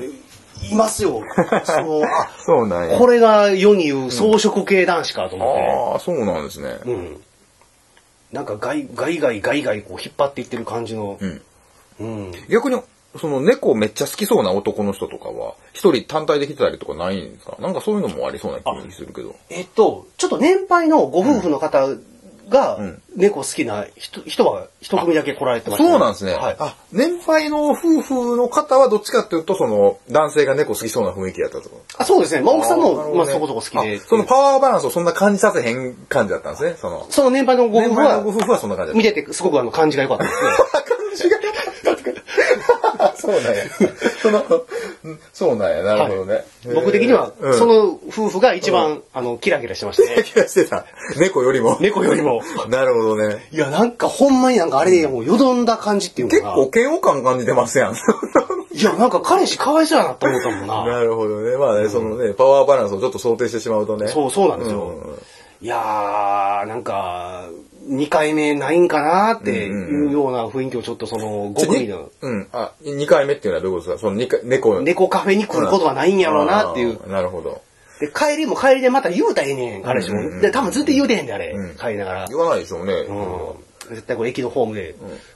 [SPEAKER 1] います よ。そう、あ、
[SPEAKER 2] そうなん
[SPEAKER 1] これが世に言う装飾系男子かと思
[SPEAKER 2] ああ、そうなんですね
[SPEAKER 1] っ。て。うん。なんかガイガイガイガイガイこう引っ張っていってる感じの。
[SPEAKER 2] ん
[SPEAKER 1] うん。
[SPEAKER 2] 逆に、その猫めっちゃ好きそうな男の人とかは、一人単体で来てたりとかないんですかなんかそういうのもありそうな気がするけど。
[SPEAKER 1] えっと、ちょっと年配のご夫婦の方が
[SPEAKER 2] ん
[SPEAKER 1] 猫好きな人人は一組だけ来られてましたね、
[SPEAKER 2] そうなんですね。
[SPEAKER 1] はい。
[SPEAKER 2] あ、年配の夫婦の方はどっちかっていうと、その、男性が猫好きそうな雰囲気やったとか。
[SPEAKER 1] あ、そうですね。まあ奥さん
[SPEAKER 2] あーなる
[SPEAKER 1] も、
[SPEAKER 2] ほど
[SPEAKER 1] まあ
[SPEAKER 2] ね
[SPEAKER 1] そこそこ好きで。
[SPEAKER 2] あそのパワーバランスをそんな感じさせへん感じだったんですね。その、
[SPEAKER 1] その年配のご夫
[SPEAKER 2] 年
[SPEAKER 1] 婦
[SPEAKER 2] 配の
[SPEAKER 1] は
[SPEAKER 2] ご夫婦はそんな感じ
[SPEAKER 1] 見
[SPEAKER 2] だって
[SPEAKER 1] てすごくあの感じが良かったですね。
[SPEAKER 2] た。そうなんや。 その、うんそうなんや。なるほどね。
[SPEAKER 1] 僕的には、そ
[SPEAKER 2] の、
[SPEAKER 1] の夫婦が一番、あの、キラキラしてましたね。
[SPEAKER 2] 気がしてた。猫よりも。
[SPEAKER 1] 猫よりも。
[SPEAKER 2] なるほどね。
[SPEAKER 1] いや、なんかほんまになんかあれでもうよどんだ感じっていうの
[SPEAKER 2] 結
[SPEAKER 1] かな。
[SPEAKER 2] 構嫌悪感感じてますやん。
[SPEAKER 1] いや、なんか彼氏かわいそうやなって思ったもんな。
[SPEAKER 2] なるほどね。まあね、そのね、パワーバランスをちょっと想定してしまうとね。
[SPEAKER 1] そう、そうなんですよ。
[SPEAKER 2] うんうんうん
[SPEAKER 1] いやー、なんか、2回目ないんかなっていうような雰囲気をちょっとその5組の
[SPEAKER 2] うん。あ、2回目っていうのはどういうことですかその二回猫の。
[SPEAKER 1] 猫カフェに来ることがないんやろうなっていう
[SPEAKER 2] あ。ー。なるほど。
[SPEAKER 1] で、帰りも帰りでまた言うたらええねん、彼氏
[SPEAKER 2] うんうんう
[SPEAKER 1] も。
[SPEAKER 2] ん
[SPEAKER 1] で、多分ずっと言うてへんで、あれ
[SPEAKER 2] うん。
[SPEAKER 1] 帰りながら
[SPEAKER 2] 言。わないでしょうね。
[SPEAKER 1] うん絶対これ駅のホームで、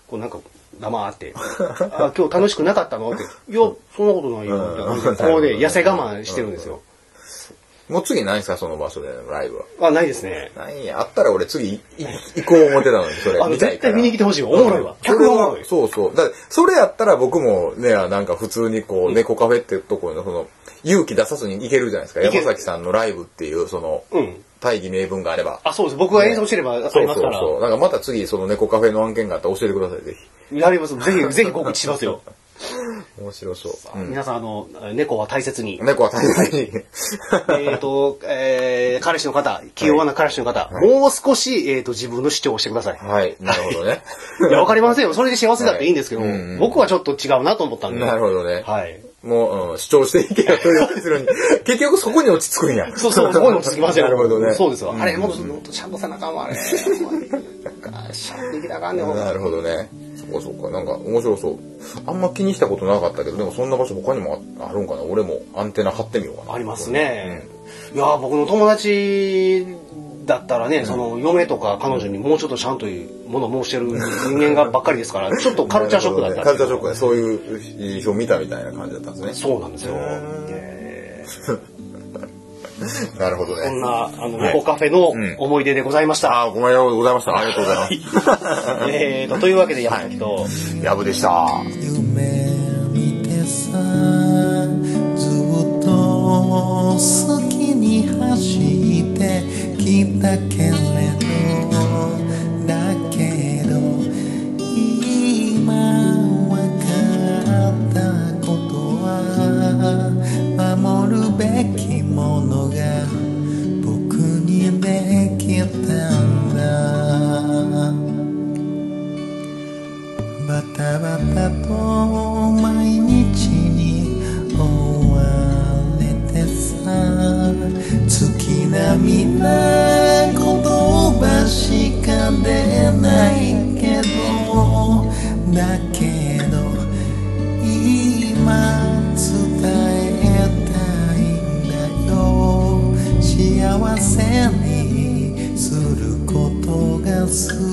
[SPEAKER 1] こうなんか、黙 って、あ、今日楽しくなかったのって、いや、そんなことないよ、みたいな感じでここで痩せ我慢してるんですよ。
[SPEAKER 2] もう次ないんですかその場所でのライブは。
[SPEAKER 1] あ、ないですね。
[SPEAKER 2] ないんや。あったら俺次いい行こう思ってたのに、それ。
[SPEAKER 1] あの、
[SPEAKER 2] 見たい
[SPEAKER 1] 絶
[SPEAKER 2] から
[SPEAKER 1] 対見に来てほしい。おもろいわ。
[SPEAKER 2] そ
[SPEAKER 1] 客
[SPEAKER 2] れ
[SPEAKER 1] がおもろ、。
[SPEAKER 2] はいそうそう。だってそれやったら僕もね、なんか普通にこう、猫カフェってところの、その、勇気出さずに行けるじゃないですか。
[SPEAKER 1] 行け
[SPEAKER 2] 山
[SPEAKER 1] る
[SPEAKER 2] 崎さんのライブっていう、その、
[SPEAKER 1] うん。
[SPEAKER 2] 大義名分があれば。
[SPEAKER 1] あ、そうです。僕が演奏してればあります
[SPEAKER 2] そう
[SPEAKER 1] か
[SPEAKER 2] そ
[SPEAKER 1] ら。
[SPEAKER 2] うそう。なんかまた次、その猫カフェの案件があったら教えてください、ぜひ。
[SPEAKER 1] やります。ぜひ、ぜひ告知しますよ。
[SPEAKER 2] 面白そう。うん
[SPEAKER 1] 皆さん、あの、猫は大 切に。
[SPEAKER 2] 猫は大 切に。
[SPEAKER 1] えっと、えー彼氏の方、器用な彼氏の方、もう少し、えっと、自分の主張をしてください。
[SPEAKER 2] はい、なるほ どね。
[SPEAKER 1] いや、わかりませんよ。それで幸せだっていいんですけど
[SPEAKER 2] はいうんうん、
[SPEAKER 1] 僕はちょっと違うなと思ったんで。
[SPEAKER 2] なるほどね。
[SPEAKER 1] はい。
[SPEAKER 2] もう、うん、主張していけよというする に、結局そこに落ち着くんや。
[SPEAKER 1] そうそう、そこに落ち着きますよ。
[SPEAKER 2] なるほどね。
[SPEAKER 1] そうですわ。あれ、もっと、もっとシャンとさなあかんわ、あれ。なんかシャンとできなあかんねん、ほんま
[SPEAKER 2] なるほどね。そこそこ。なんか面白そう。あんま気にしたことなかったけど、でもそんな場所他にもああるんかな。俺もアンテナ張ってみようかな。
[SPEAKER 1] ありますね。いやー僕の友達だったらね、その嫁とか彼女にもうちょっとちゃんというもの申してる人間がばっかりですから、ちょっとカルチャーショックだったん
[SPEAKER 2] カ
[SPEAKER 1] ですけ
[SPEAKER 2] ルチャー
[SPEAKER 1] ど
[SPEAKER 2] ショックで、そういう表を見たみたいな感じだったんですね。
[SPEAKER 1] そうなんですよ。
[SPEAKER 2] うん
[SPEAKER 1] えー
[SPEAKER 2] なるほど
[SPEAKER 1] こん
[SPEAKER 2] ね。
[SPEAKER 1] な、あの、猫カフェの
[SPEAKER 2] うん
[SPEAKER 1] 思い出でございました。
[SPEAKER 2] ああ、ごめんございました。ありがとうございます。
[SPEAKER 1] えーと、というわけで山崎と、
[SPEAKER 2] やぶでした。
[SPEAKER 3] 夢見てさずっと好きに走ってきたけれどだけど今わかったことは守るべきものが僕にできたんだバタバタと毎日に追われてさ月並みな言葉しか出ないけどだけど今伝えたいんだよ幸せにすることが好